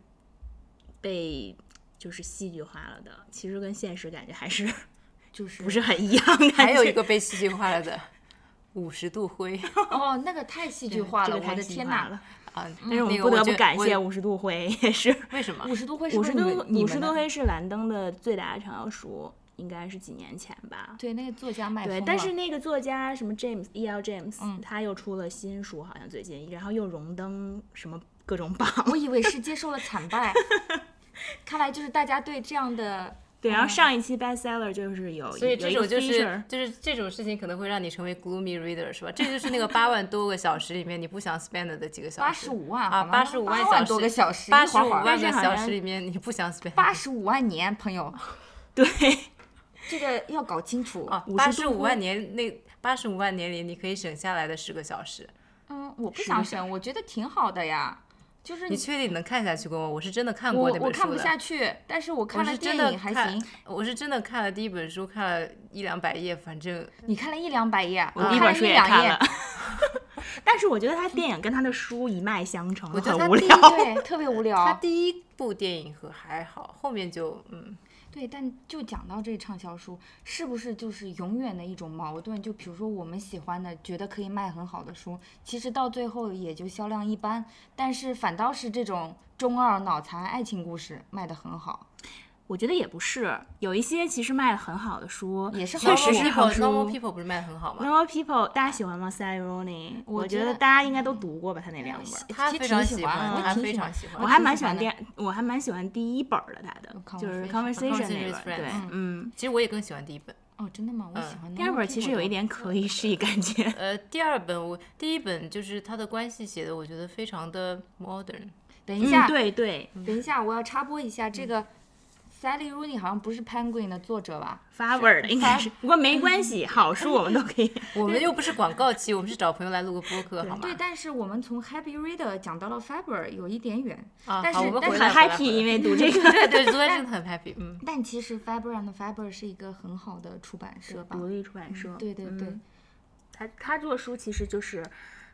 Speaker 3: 被就是戏剧化了的，其实跟现实感觉还是
Speaker 1: 就是
Speaker 3: 不是很一样。感
Speaker 2: 还有
Speaker 3: 觉
Speaker 2: 一个被戏剧化了的五十度灰。
Speaker 1: 哦，那个太戏剧化
Speaker 3: 这
Speaker 1: 了，
Speaker 3: 个
Speaker 1: 我
Speaker 3: 太
Speaker 1: 的
Speaker 3: 戏剧
Speaker 1: 天
Speaker 3: 化
Speaker 1: 呐！
Speaker 3: 了！
Speaker 2: 啊，
Speaker 3: 但是
Speaker 2: 那
Speaker 3: 我们
Speaker 2: 个
Speaker 3: 不得
Speaker 2: 觉
Speaker 3: 不
Speaker 2: 得
Speaker 3: 感
Speaker 2: 我
Speaker 3: 谢五十度灰，也是
Speaker 2: 为什么
Speaker 1: 五？十度会是
Speaker 3: 五
Speaker 1: 不是
Speaker 3: 十
Speaker 1: 你们
Speaker 3: 度
Speaker 1: 你
Speaker 3: 五
Speaker 1: 们
Speaker 3: 十
Speaker 1: 的
Speaker 3: 度灰是蓝灯的最大畅销书，应该是几年前吧？
Speaker 1: 对那个作家卖
Speaker 3: 对，
Speaker 1: 疯
Speaker 3: 但
Speaker 1: 了
Speaker 3: 是那个作家什么 James E L James，、他又出了新书，好像最近，然后又荣登什么各种榜，
Speaker 1: 我以为是接受了惨败，看来就是大家对这样的
Speaker 3: 对，然后上一期 bestseller 就是有，
Speaker 2: 所以这种就
Speaker 3: 有一个
Speaker 2: 是
Speaker 3: feature
Speaker 2: 就是这种事情可能会让你成为 gloomy reader 是吧？这就是那个八万多个小时里面你不想 spend 的几个小时。
Speaker 1: 八十五万
Speaker 2: 啊，八十五万小时
Speaker 1: 多个小时，
Speaker 2: 八十五万
Speaker 3: 但
Speaker 2: 个
Speaker 3: 是好像
Speaker 2: 小时里面你不想 spend
Speaker 1: 八十五万年，朋友，
Speaker 3: 对，
Speaker 1: 这个要搞清楚。
Speaker 2: 啊，
Speaker 3: 50
Speaker 2: 八十
Speaker 3: 度
Speaker 2: 五
Speaker 3: 灰
Speaker 2: 万年那八十五万年里你可以省下来的十个小时，
Speaker 1: 嗯，我不
Speaker 3: 是
Speaker 1: 想
Speaker 3: 的是
Speaker 1: 省，我觉得挺好的呀。就是
Speaker 2: 你确定能看下去过吗？我是真的看过
Speaker 1: 我
Speaker 2: 那本书的。
Speaker 1: 我看不下去，但是我看
Speaker 2: 我
Speaker 1: 了
Speaker 2: 是真
Speaker 1: 电
Speaker 2: 的
Speaker 1: 影还
Speaker 2: 看
Speaker 1: 行。
Speaker 2: 我是真的看了第一本书，看了一两百页，反正
Speaker 1: 你看了一两百页啊，
Speaker 3: 我
Speaker 1: 我
Speaker 3: 第一
Speaker 1: 了
Speaker 3: 本
Speaker 1: 一
Speaker 3: 书也
Speaker 1: 两
Speaker 3: 看
Speaker 1: 页
Speaker 3: 了，， 但是我觉得他电影跟他的书一脉相承，
Speaker 2: 觉得
Speaker 3: 很
Speaker 2: 他
Speaker 3: 无
Speaker 2: 第一
Speaker 3: 聊。
Speaker 1: 对，特别无
Speaker 2: 他
Speaker 1: 聊。
Speaker 2: 第一部电影和还好，后面就嗯，
Speaker 1: 对，但就讲到这畅销书，是不是就是永远的一种矛盾？就比如说我们喜欢的，觉得可以卖很好的书，其实到最后也就销量一般，但是反倒是这种中二脑残爱情故事卖得很好，
Speaker 3: 我觉得也不是，有一些其实卖的很好的书，
Speaker 1: 也是嗯好
Speaker 3: 确实
Speaker 1: 书
Speaker 3: 是好
Speaker 2: Normal
Speaker 3: 书。
Speaker 2: People- Normal People 不是卖的很好吗？
Speaker 3: Normal People，大家喜欢吗 s a i r o n i
Speaker 1: 我
Speaker 3: 我
Speaker 1: 觉
Speaker 3: 觉
Speaker 1: 得
Speaker 3: 得大家应该都读过吧，他那两本。
Speaker 2: 他
Speaker 1: 其实
Speaker 2: 非常
Speaker 1: 挺喜
Speaker 2: 喜
Speaker 1: 欢
Speaker 2: 欢，
Speaker 1: 我
Speaker 2: 他
Speaker 1: 挺
Speaker 2: 非
Speaker 1: 喜
Speaker 2: 常
Speaker 1: 欢
Speaker 2: 喜
Speaker 3: 我
Speaker 2: 欢。
Speaker 3: 还
Speaker 1: 挺
Speaker 3: 蛮
Speaker 1: 喜
Speaker 3: 喜欢
Speaker 1: 欢
Speaker 3: 第，我还蛮喜欢第一本儿的，他的就是
Speaker 1: Conversation
Speaker 3: Conversation 那
Speaker 2: Conversation
Speaker 3: 个
Speaker 2: with，friends
Speaker 3: 对，
Speaker 2: 嗯
Speaker 3: 嗯。
Speaker 2: 其实我也更喜欢第一本。
Speaker 1: 哦，真的吗？我喜欢
Speaker 3: 第二本
Speaker 1: Normal
Speaker 3: 儿其
Speaker 1: People
Speaker 3: 实有
Speaker 1: 的
Speaker 3: 一点可以试一感 觉，
Speaker 2: 呃，第二本我第一本就是他的关系写的，我觉得非常的 modern。
Speaker 1: 等一下，
Speaker 3: 嗯，对对，
Speaker 1: 等一下，我要插播一下，这个 Sally Rooney 好像不是 Penguin 的作者吧？
Speaker 3: 发味儿的应该是，不过没关系，好书我们都 可以。
Speaker 2: 我们又不是广告期，我们是找朋友来录个播客，好吗
Speaker 1: 对，？但是我们从 Happy Reader 讲到了 Faber 有一点远，
Speaker 2: 啊，
Speaker 1: 但
Speaker 2: 好，
Speaker 1: 是
Speaker 2: 我们
Speaker 1: 但
Speaker 2: 回
Speaker 1: 是
Speaker 2: 来
Speaker 3: 很
Speaker 2: 回来回
Speaker 3: happy，
Speaker 2: 来
Speaker 3: 因为读这 个
Speaker 2: 对 对，昨天真的很 happy，嗯。
Speaker 1: 但其实 Faber and Faber 是一个很好的出版社吧？
Speaker 3: 独立出版社。
Speaker 1: 对对对，
Speaker 3: 嗯他他做书其实就是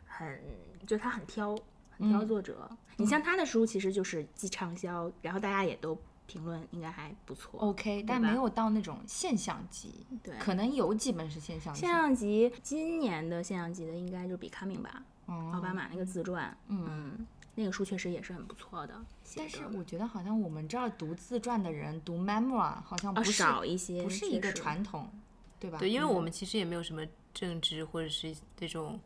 Speaker 3: 很，就他很挑，很挑作者。你像他的书，其实就是既畅销，然后大家也都评论应该还不错。
Speaker 1: OK，但
Speaker 3: 吧
Speaker 1: 没有到那种现象级，
Speaker 3: 对
Speaker 1: 可能有几本是现象级
Speaker 3: 现。象级今年的现象级的应该就是《比康明》吧，奥
Speaker 1: 哦，
Speaker 3: 巴马那个自传，嗯，那个书确实也是很不错的，写
Speaker 1: 但
Speaker 3: 的
Speaker 1: 是我觉得好像我们这儿读自传的人读 memoir 好像
Speaker 3: 要
Speaker 1: 不是、
Speaker 3: 哦少一些，
Speaker 1: 不是一个
Speaker 3: 确实
Speaker 1: 传统，对吧？
Speaker 2: 对，因为我们其实也没有什么政治或者是这种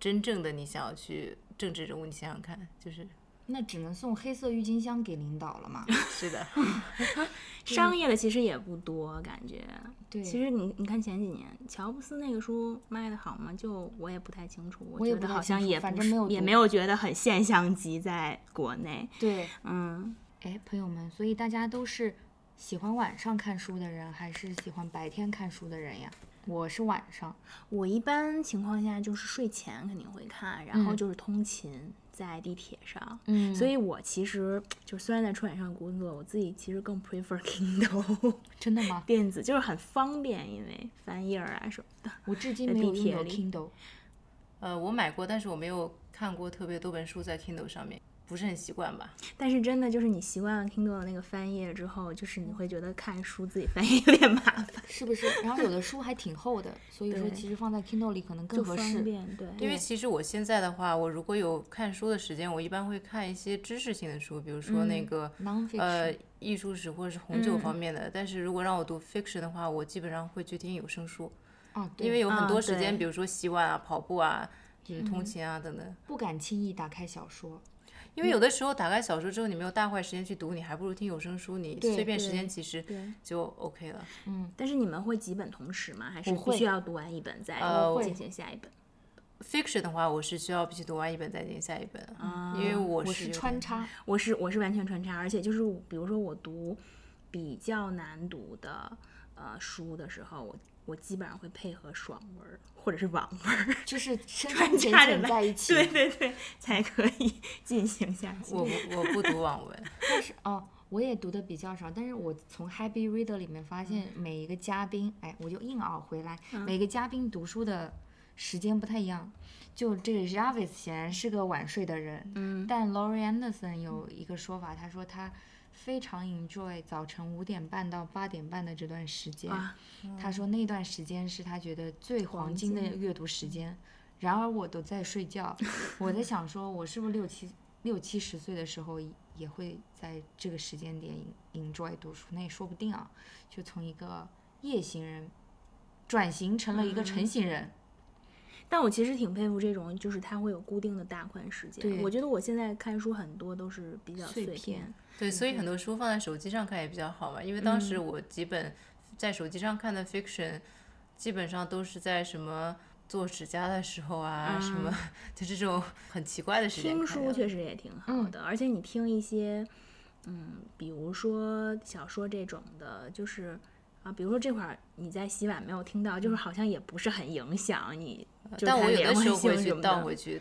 Speaker 2: 真正的你想要去政治人物，你想想看，就是
Speaker 1: 那只能送黑色郁金香给领导了 嘛？
Speaker 2: 是的，
Speaker 3: 商业的其实也不多，感觉。
Speaker 1: 对，
Speaker 3: 其实你你看前几年乔布斯那个书卖的好吗？就我也不太清楚，我
Speaker 1: 也
Speaker 3: 觉
Speaker 1: 不
Speaker 3: 得
Speaker 1: 太
Speaker 3: 好
Speaker 1: 清
Speaker 3: 像
Speaker 1: 楚
Speaker 3: 也
Speaker 1: 反
Speaker 3: 不
Speaker 1: 正
Speaker 3: 是
Speaker 1: 没有
Speaker 3: 也
Speaker 1: 读
Speaker 3: 没有觉得很现象级，在国内，
Speaker 1: 对，
Speaker 3: 嗯，
Speaker 1: 哎，朋友们，所以大家都是喜欢晚上看书的人，还是喜欢白天看书的人呀？我是晚上，
Speaker 3: 我一般情况下就是睡前肯定会看，然后就是通勤在地铁上，
Speaker 1: 嗯
Speaker 3: 所以我其实就虽然在出版上工作，我自己其实更 prefer Kindle
Speaker 1: 真的吗？
Speaker 3: 电子，就是很方便，因为翻页儿啊什么的。
Speaker 1: 我至今
Speaker 3: 在
Speaker 1: 没有
Speaker 3: 地
Speaker 1: 用
Speaker 3: 铁
Speaker 1: 过
Speaker 3: 里
Speaker 1: Kindle。
Speaker 2: 呃，我买过，但是我没有看过特别多本书在 Kindle 上面，不是很习惯吧？
Speaker 3: 但是真的就是你习惯了 Kindle 的那个翻页之后，就是你会觉得看书自己翻页有点麻烦，
Speaker 1: 是不是？然后有的书还挺厚的，所以说
Speaker 3: 对
Speaker 1: 其实放在 Kindle 里可能
Speaker 3: 就
Speaker 1: 更合
Speaker 3: 方
Speaker 1: 适。
Speaker 3: 便。对，
Speaker 2: 因为其实我现在的话，我如果有看书的时间，我一般会看一些知识性的书，比如说那个、呃
Speaker 1: Nonfiction，
Speaker 2: 艺术史或者是红酒方面的。但是如果让我读 fiction 的话，我基本上会去听有声书，
Speaker 1: 啊，对
Speaker 2: 因为有很
Speaker 3: 啊
Speaker 2: 多时间，
Speaker 3: 对
Speaker 2: 比如说洗碗啊、跑步啊、嗯、通勤啊等等。
Speaker 1: 不敢轻易打开小说。
Speaker 2: 因为有的时候打开小说之后，你没有大块时间去读，你还不如听有声书，你
Speaker 1: 对
Speaker 2: 碎片时
Speaker 3: 对
Speaker 2: 间其实
Speaker 3: 对
Speaker 2: 就 OK 了。
Speaker 3: 但是你们会几本同时吗？还是
Speaker 1: 我
Speaker 3: 必
Speaker 1: 会
Speaker 3: 须要读完一本再
Speaker 2: 呃
Speaker 1: 我
Speaker 3: 进行下一本？
Speaker 2: Fiction 的话，我是需要必须读完一本再进行下一本，因为我
Speaker 1: 我
Speaker 2: 是
Speaker 1: 是
Speaker 2: 有
Speaker 1: 穿
Speaker 2: 点
Speaker 1: 插，
Speaker 3: 我是我是完全穿插，而且就是比如说我读比较难读的呃书的时候，我我基本上会配合爽文儿或者是网文儿
Speaker 1: 就是深
Speaker 3: 穿
Speaker 1: 深浅
Speaker 3: 插着
Speaker 1: 浅
Speaker 3: 来，
Speaker 1: 在一起。
Speaker 3: 对对对，才可以进行下去。
Speaker 2: 我不我不读网文，
Speaker 1: 但是哦，我也读的比较少，但是我从 Happy Reader 里面发现
Speaker 3: 嗯
Speaker 1: 每一个嘉宾，哎，我就硬熬回来，每个嘉宾读书的时间不太一样。就这个 Javis 显然是个晚睡的人，嗯，但 Laurie Anderson 有一个说法，他说他非常 enjoy 早晨五点半到八点半的这段时间，
Speaker 3: 哇
Speaker 1: 他说那段时间是他觉得最啊黄金的阅读时间。然而我都在睡 觉，我在想说，我是不是六七六七十岁的时候也会在这个时间点 en- enjoy 读书？那也说不定啊。就从一个夜行人转型成了一个晨行人，
Speaker 3: 但我其实挺佩服这种，就是它会有固定的大块时间。
Speaker 1: 对
Speaker 3: 我觉得我现在看书很多都是比较
Speaker 1: 碎
Speaker 3: 碎
Speaker 1: 片。
Speaker 2: 对，所以
Speaker 3: 嗯
Speaker 2: 很多书放在手机上看也比较好嘛，因为当时我几本在手机上看的 Fiction，基本上都是在什么。做指甲的时候啊，什么 就这种很奇怪的时间看
Speaker 3: 听嗯书
Speaker 2: 的
Speaker 3: 确实也挺
Speaker 2: 嗯
Speaker 3: 好的，而且你听一些，嗯，比如说小说这种的，就是啊，比如说这会儿你在洗碗没有听到，就是好像也不是很影响你。
Speaker 2: 嗯呃
Speaker 3: 就
Speaker 2: 但
Speaker 3: 看
Speaker 2: 我有
Speaker 3: 连
Speaker 2: 的
Speaker 3: 环
Speaker 2: 时候
Speaker 3: 性
Speaker 2: 会
Speaker 3: 什
Speaker 2: 去
Speaker 3: 么
Speaker 2: 倒
Speaker 3: 的
Speaker 2: 回去。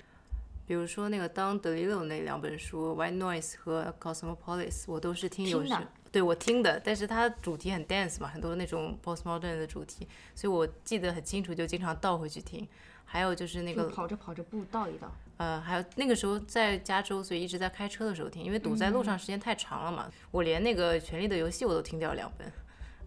Speaker 2: 比如说那个 Don DeLillo 那两本书《White Noise》和《Cosmopolis》，我都是听有
Speaker 1: 听
Speaker 2: 时
Speaker 1: 的
Speaker 2: 对我听的，但是它主题很 dance 嘛，很多那种 postmodern 的主题，所以我记得很清楚，就经常倒回去听。还有就是那
Speaker 1: 就
Speaker 2: 个
Speaker 1: 跑着跑着步倒一倒，
Speaker 2: 呃，还有那个时候在加州，所以一直在开车的时候听，因为堵在路
Speaker 1: 嗯
Speaker 2: 上时间太长了嘛。我连那个《权力的游戏》我都听掉两本，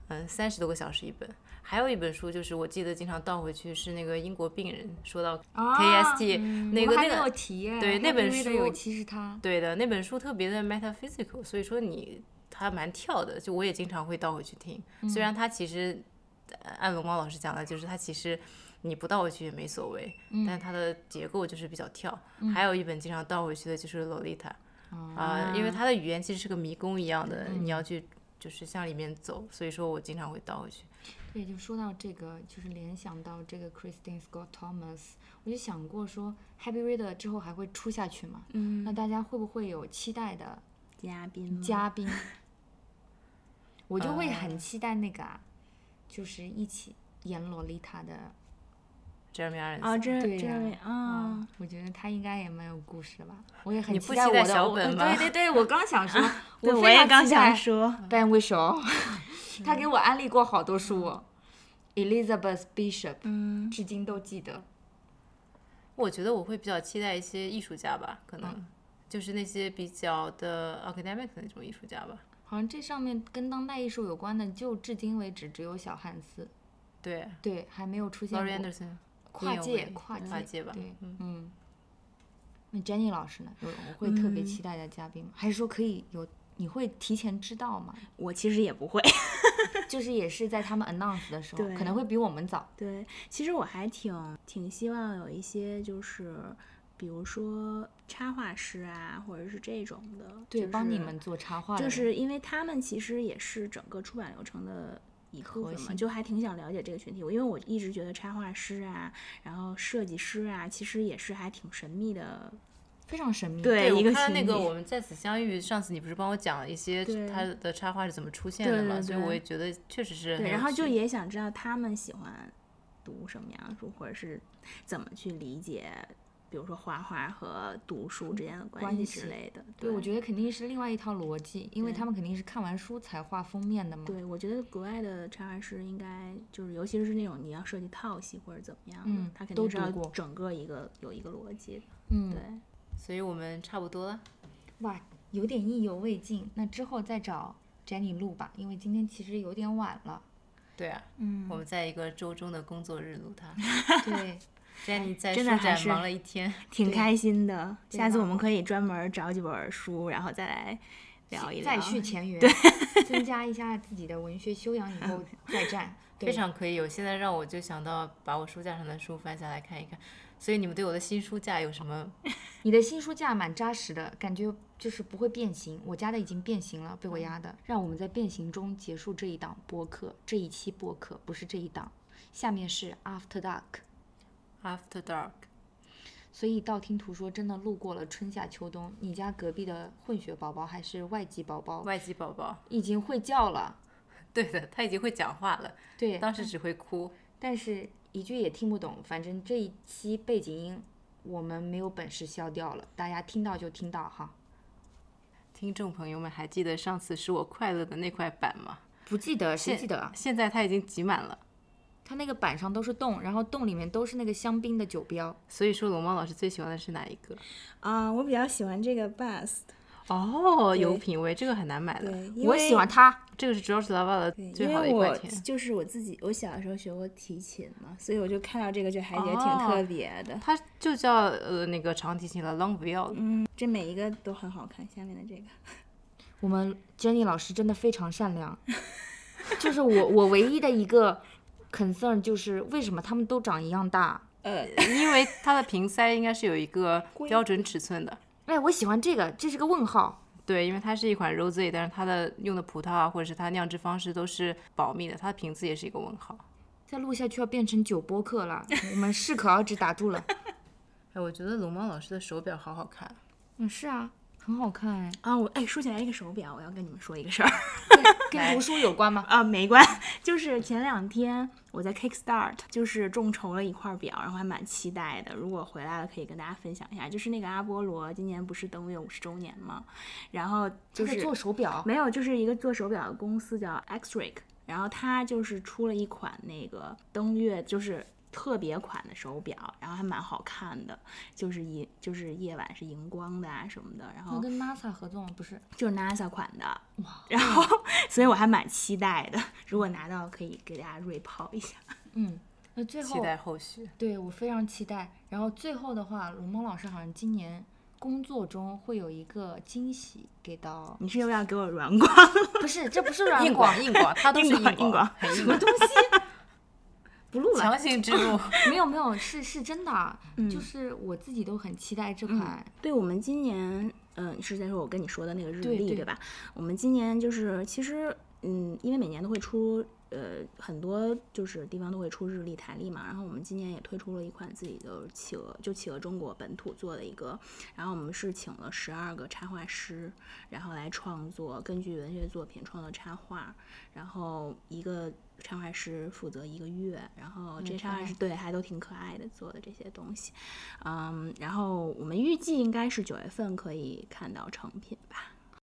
Speaker 2: 嗯，三十多个小时一本。还有一本书就是我记得经常倒回去，是那个英国病人说到 KST、那
Speaker 1: 啊嗯我们
Speaker 2: 个
Speaker 1: 还
Speaker 2: 那
Speaker 1: 没有
Speaker 2: 个
Speaker 1: 提耶，
Speaker 2: 对那本
Speaker 1: Happy Way 的
Speaker 2: 书
Speaker 1: 有其实他
Speaker 2: 对的那本书特别的 metaphysical，所以说你它蛮跳的，就我也经常会倒回去听。虽然它其实呃按龙猫老师讲的，就是它其实你不倒回去也没所谓，但它的结构就是比较跳。还有一本经常倒回去的就是《洛丽塔》啊，因为它的语言其实是个迷宫一样的，你要去就是向里面走，所以说我经常会倒回去。
Speaker 1: 对，就说到这个，就是联想到这个 Christine Scott Thomas，我就想过说 Happy Reader 之后还会出下去吗？嗯，那大家会不会有期待的
Speaker 3: 嘉宾吗
Speaker 1: 嘉宾？我就会很期待那个啊，就是一起演洛丽塔的，
Speaker 2: Jeremy Irons
Speaker 3: 哦，这
Speaker 1: 对
Speaker 3: 这
Speaker 1: 呀
Speaker 3: 位啊，，
Speaker 1: 我觉得他应该也蛮有故事的吧。我也很
Speaker 2: 你不
Speaker 1: 待
Speaker 2: 期
Speaker 1: 我
Speaker 2: 待
Speaker 1: 的
Speaker 2: 小
Speaker 1: 我呃
Speaker 2: 本吗
Speaker 1: 对对对，我刚 想说，
Speaker 3: 对，
Speaker 1: 我
Speaker 3: 我
Speaker 1: 非
Speaker 3: 也
Speaker 1: 常
Speaker 3: 刚
Speaker 1: 期
Speaker 3: 想
Speaker 1: 待
Speaker 3: 说，
Speaker 1: Ben Whishaw，他 给我安利过好多书、哦、，Elizabeth Bishop，嗯，至今都记得。
Speaker 2: 我觉得我会比较期待一些艺术家吧，可能、就是那些比较的 academic 的那种艺术家吧。
Speaker 1: 好像这上面跟当代艺术有关的，就至今为止只有小汉斯，
Speaker 2: 对
Speaker 1: 对，还没有出现
Speaker 2: ，Laurie
Speaker 1: 过
Speaker 2: Anderson
Speaker 1: 跨
Speaker 2: 也有
Speaker 1: 界
Speaker 2: 会
Speaker 1: 跨界
Speaker 2: 跨界吧
Speaker 1: 对，
Speaker 2: 嗯
Speaker 1: 嗯。那 Jenny 老师呢？有我会特
Speaker 3: 嗯
Speaker 1: 别期待的嘉宾吗？还是说可以有？你会提前知道 吗？
Speaker 3: 我其实也不会。
Speaker 1: 就是也是在他们 announce 的时候，
Speaker 3: 对
Speaker 1: 可能会比我们早。
Speaker 3: 对，其实我还挺挺希望有一些就是。比如说插画师啊，或者是这种的，
Speaker 1: 对，
Speaker 3: 就是
Speaker 1: 帮你们做插画的
Speaker 3: 就
Speaker 1: 人，
Speaker 3: 是因为他们其实也是整个出版流程的一部分嘛，
Speaker 1: 心
Speaker 3: 就还挺想了解这个群体。我因为我一直觉得插画师啊，然后设计师啊，其实也是还挺神秘的。
Speaker 1: 非常神秘。
Speaker 3: 对一
Speaker 2: 我
Speaker 3: 个
Speaker 2: 看
Speaker 3: 群
Speaker 2: 那个
Speaker 3: 体
Speaker 2: 我们在此相遇，上次你不是帮我讲了一些
Speaker 3: 对
Speaker 2: 他的插画是怎么出现的
Speaker 3: 对
Speaker 2: 嘛？
Speaker 3: 对
Speaker 2: 所以
Speaker 3: 对
Speaker 2: 我也觉得确实是很
Speaker 3: 对，
Speaker 2: 有
Speaker 3: 然后就
Speaker 2: 趣
Speaker 3: 也想知道他们喜欢读什么样的书，或者是怎么去理解，比如说画画和读书之间的嗯关
Speaker 1: 关
Speaker 3: 系
Speaker 1: 系
Speaker 3: 之类的。
Speaker 1: 对，
Speaker 3: 对，
Speaker 1: 我觉得肯定是另外一套逻辑，因为
Speaker 3: 对
Speaker 1: 他们肯定是看完书才画封面的嘛。
Speaker 3: 对，我觉得国外的插画师应该就是，尤其是那种你要设计套系或者怎么样的，
Speaker 1: 嗯
Speaker 3: 他肯
Speaker 1: 都
Speaker 3: 定是
Speaker 1: 读
Speaker 3: 要
Speaker 1: 过
Speaker 3: 整个一个有一个逻辑的。
Speaker 1: 嗯
Speaker 3: 对，
Speaker 2: 所以我们差不多了。
Speaker 1: 哇，有点意犹未尽。那之后再找 Jenny 录吧，因为今天其实有点晚 了。
Speaker 2: 对啊，
Speaker 3: 嗯
Speaker 2: 我们在一个周中的工作日录 它。
Speaker 1: 对，
Speaker 2: Jenny 在书
Speaker 3: 真的还
Speaker 2: 展
Speaker 3: 是
Speaker 2: 忙了一天，
Speaker 3: 挺
Speaker 1: 对
Speaker 3: 开心的。
Speaker 1: 对
Speaker 3: 下次
Speaker 1: 吧
Speaker 3: 我们可以专门找几本书，然后再来聊一聊。
Speaker 1: 再续 前缘，增加一 下自己的文学修养，以后再战。对
Speaker 2: 非常可以有。现在让我就想到把我书架上的书翻下来看一看。所以你们对我的新书架有什么
Speaker 1: 你的新书架蛮扎实的，感觉就是不会变形。我家的已经变形了，被我压的。嗯让我们在变形中结束这一档播客，这一期播客不是这一档。下面是 After Dark，
Speaker 2: After Dark？
Speaker 1: 所以道听途说真的路过了春夏秋冬。你家隔壁的混血宝宝还是外籍宝宝，
Speaker 2: 外籍宝宝，
Speaker 1: 已经会叫了。
Speaker 2: 对的，他已经会讲话了，
Speaker 1: 对，
Speaker 2: 当时只会哭。
Speaker 1: 但是一句也听不懂。反正这一期背景音我们没有本事消掉了，大家听到就听到哈。
Speaker 2: 听众朋友们，还记得上次使我快乐的那块板吗？
Speaker 1: 不记得，谁
Speaker 2: 现
Speaker 1: 记得啊？
Speaker 2: 现在它已经挤满了，
Speaker 1: 它那个板上都是洞，然后洞里面都是那个香槟的酒标。
Speaker 2: 所以说龙猫老师最喜欢的是哪一个？
Speaker 3: 啊、我比较喜欢这个 Bust，
Speaker 2: 哦，有
Speaker 3: 对
Speaker 2: 品味，这个很难买
Speaker 3: 对
Speaker 2: 的。，
Speaker 3: 因
Speaker 1: 我
Speaker 3: 为
Speaker 1: 喜欢它，
Speaker 2: 这个是 George Lava
Speaker 3: 对
Speaker 2: 的最
Speaker 3: 因
Speaker 2: 好的
Speaker 3: 为
Speaker 2: 一块
Speaker 3: 我
Speaker 2: 钱。
Speaker 3: 就是我自己，我小时候学过提琴嘛，所以我就看到这个就还觉得
Speaker 2: 哦
Speaker 3: 挺特别的。
Speaker 2: 它就叫呃那个长提琴了，Long Viol。
Speaker 3: 嗯，这每一个都很好看。下面的这个，
Speaker 1: 我们 Jenny 老师真的非常善 良，就是我我唯一的一个 concern 就是为什么他们都长一样大？
Speaker 3: 呃，
Speaker 2: 因为它的瓶塞应该是有一个标准尺寸的。
Speaker 1: 哎，我喜欢这个，这是个问号。
Speaker 2: 对，因为它是一款 rosé，但是它的用的葡萄啊，或者是它酿制方式都是保密的，它的瓶子也是一个问号。
Speaker 1: 再录下去要变成酒播客了，我们适可而止，打住了。
Speaker 2: 哎，我觉得龙猫老师的手表好好看，
Speaker 1: 嗯，是啊，很好看哎。
Speaker 3: 啊，我哎，说起来一个手表，我要跟你们说一个事儿
Speaker 1: 跟读书有关吗？
Speaker 3: 啊，没关，就是前两天我在 Kickstart 就是众筹了一块表，然后还蛮期待的。如果回来了，可以跟大家分享一下，就是那个阿波罗今年不是登月五十周年吗？然后就
Speaker 1: 他在
Speaker 3: 是
Speaker 1: 做手表，
Speaker 3: 没有，就是一个做手表的公司叫 Xrig，然后它就是出了一款那个登月就是特别款的手表，然后还蛮好看的，就是银就是夜晚是荧光的啊什么的，然
Speaker 1: 他
Speaker 3: 后
Speaker 1: 跟 NASA 合作吗？不是，
Speaker 3: 就是 NASA 款的，然后所以我还蛮期待的，如果拿到可以给大家 r e p o 一下。
Speaker 1: 嗯，那最
Speaker 2: 期
Speaker 1: 后
Speaker 2: 待后续。
Speaker 1: 对我非常期待。然后最后的话，龙猫老师好像今年工作中会有一个惊喜给 到，
Speaker 3: 你是又要给我软广？
Speaker 1: 不是，这不是 软
Speaker 2: 硬
Speaker 1: 广
Speaker 2: 广，硬广，他都是
Speaker 3: 硬广硬
Speaker 2: 广
Speaker 3: 广，
Speaker 2: 很硬广，
Speaker 1: 不录了
Speaker 2: 强，行植入。
Speaker 1: 没有没有，是是真的，就是我自己都很期待这款，
Speaker 3: 对，我们今年，嗯、是在说我跟你说的那个日历
Speaker 1: 对对
Speaker 3: 吧？我们今年就是其实，嗯，因为每年都会出，呃，很多就是地方都会出日历、台历嘛。然后我们今年也推出了一款自己的企鹅，就企鹅中国本土做的一个。然后我们是请了十二个插画师，然后来创作，根据文学作品创作插画，然后一个。插画师负责一个月，然后这些插画
Speaker 1: 天
Speaker 3: 师对还都挺可爱的，做的这些东西。嗯，然后我们预计应该是九月份可以看到成品吧。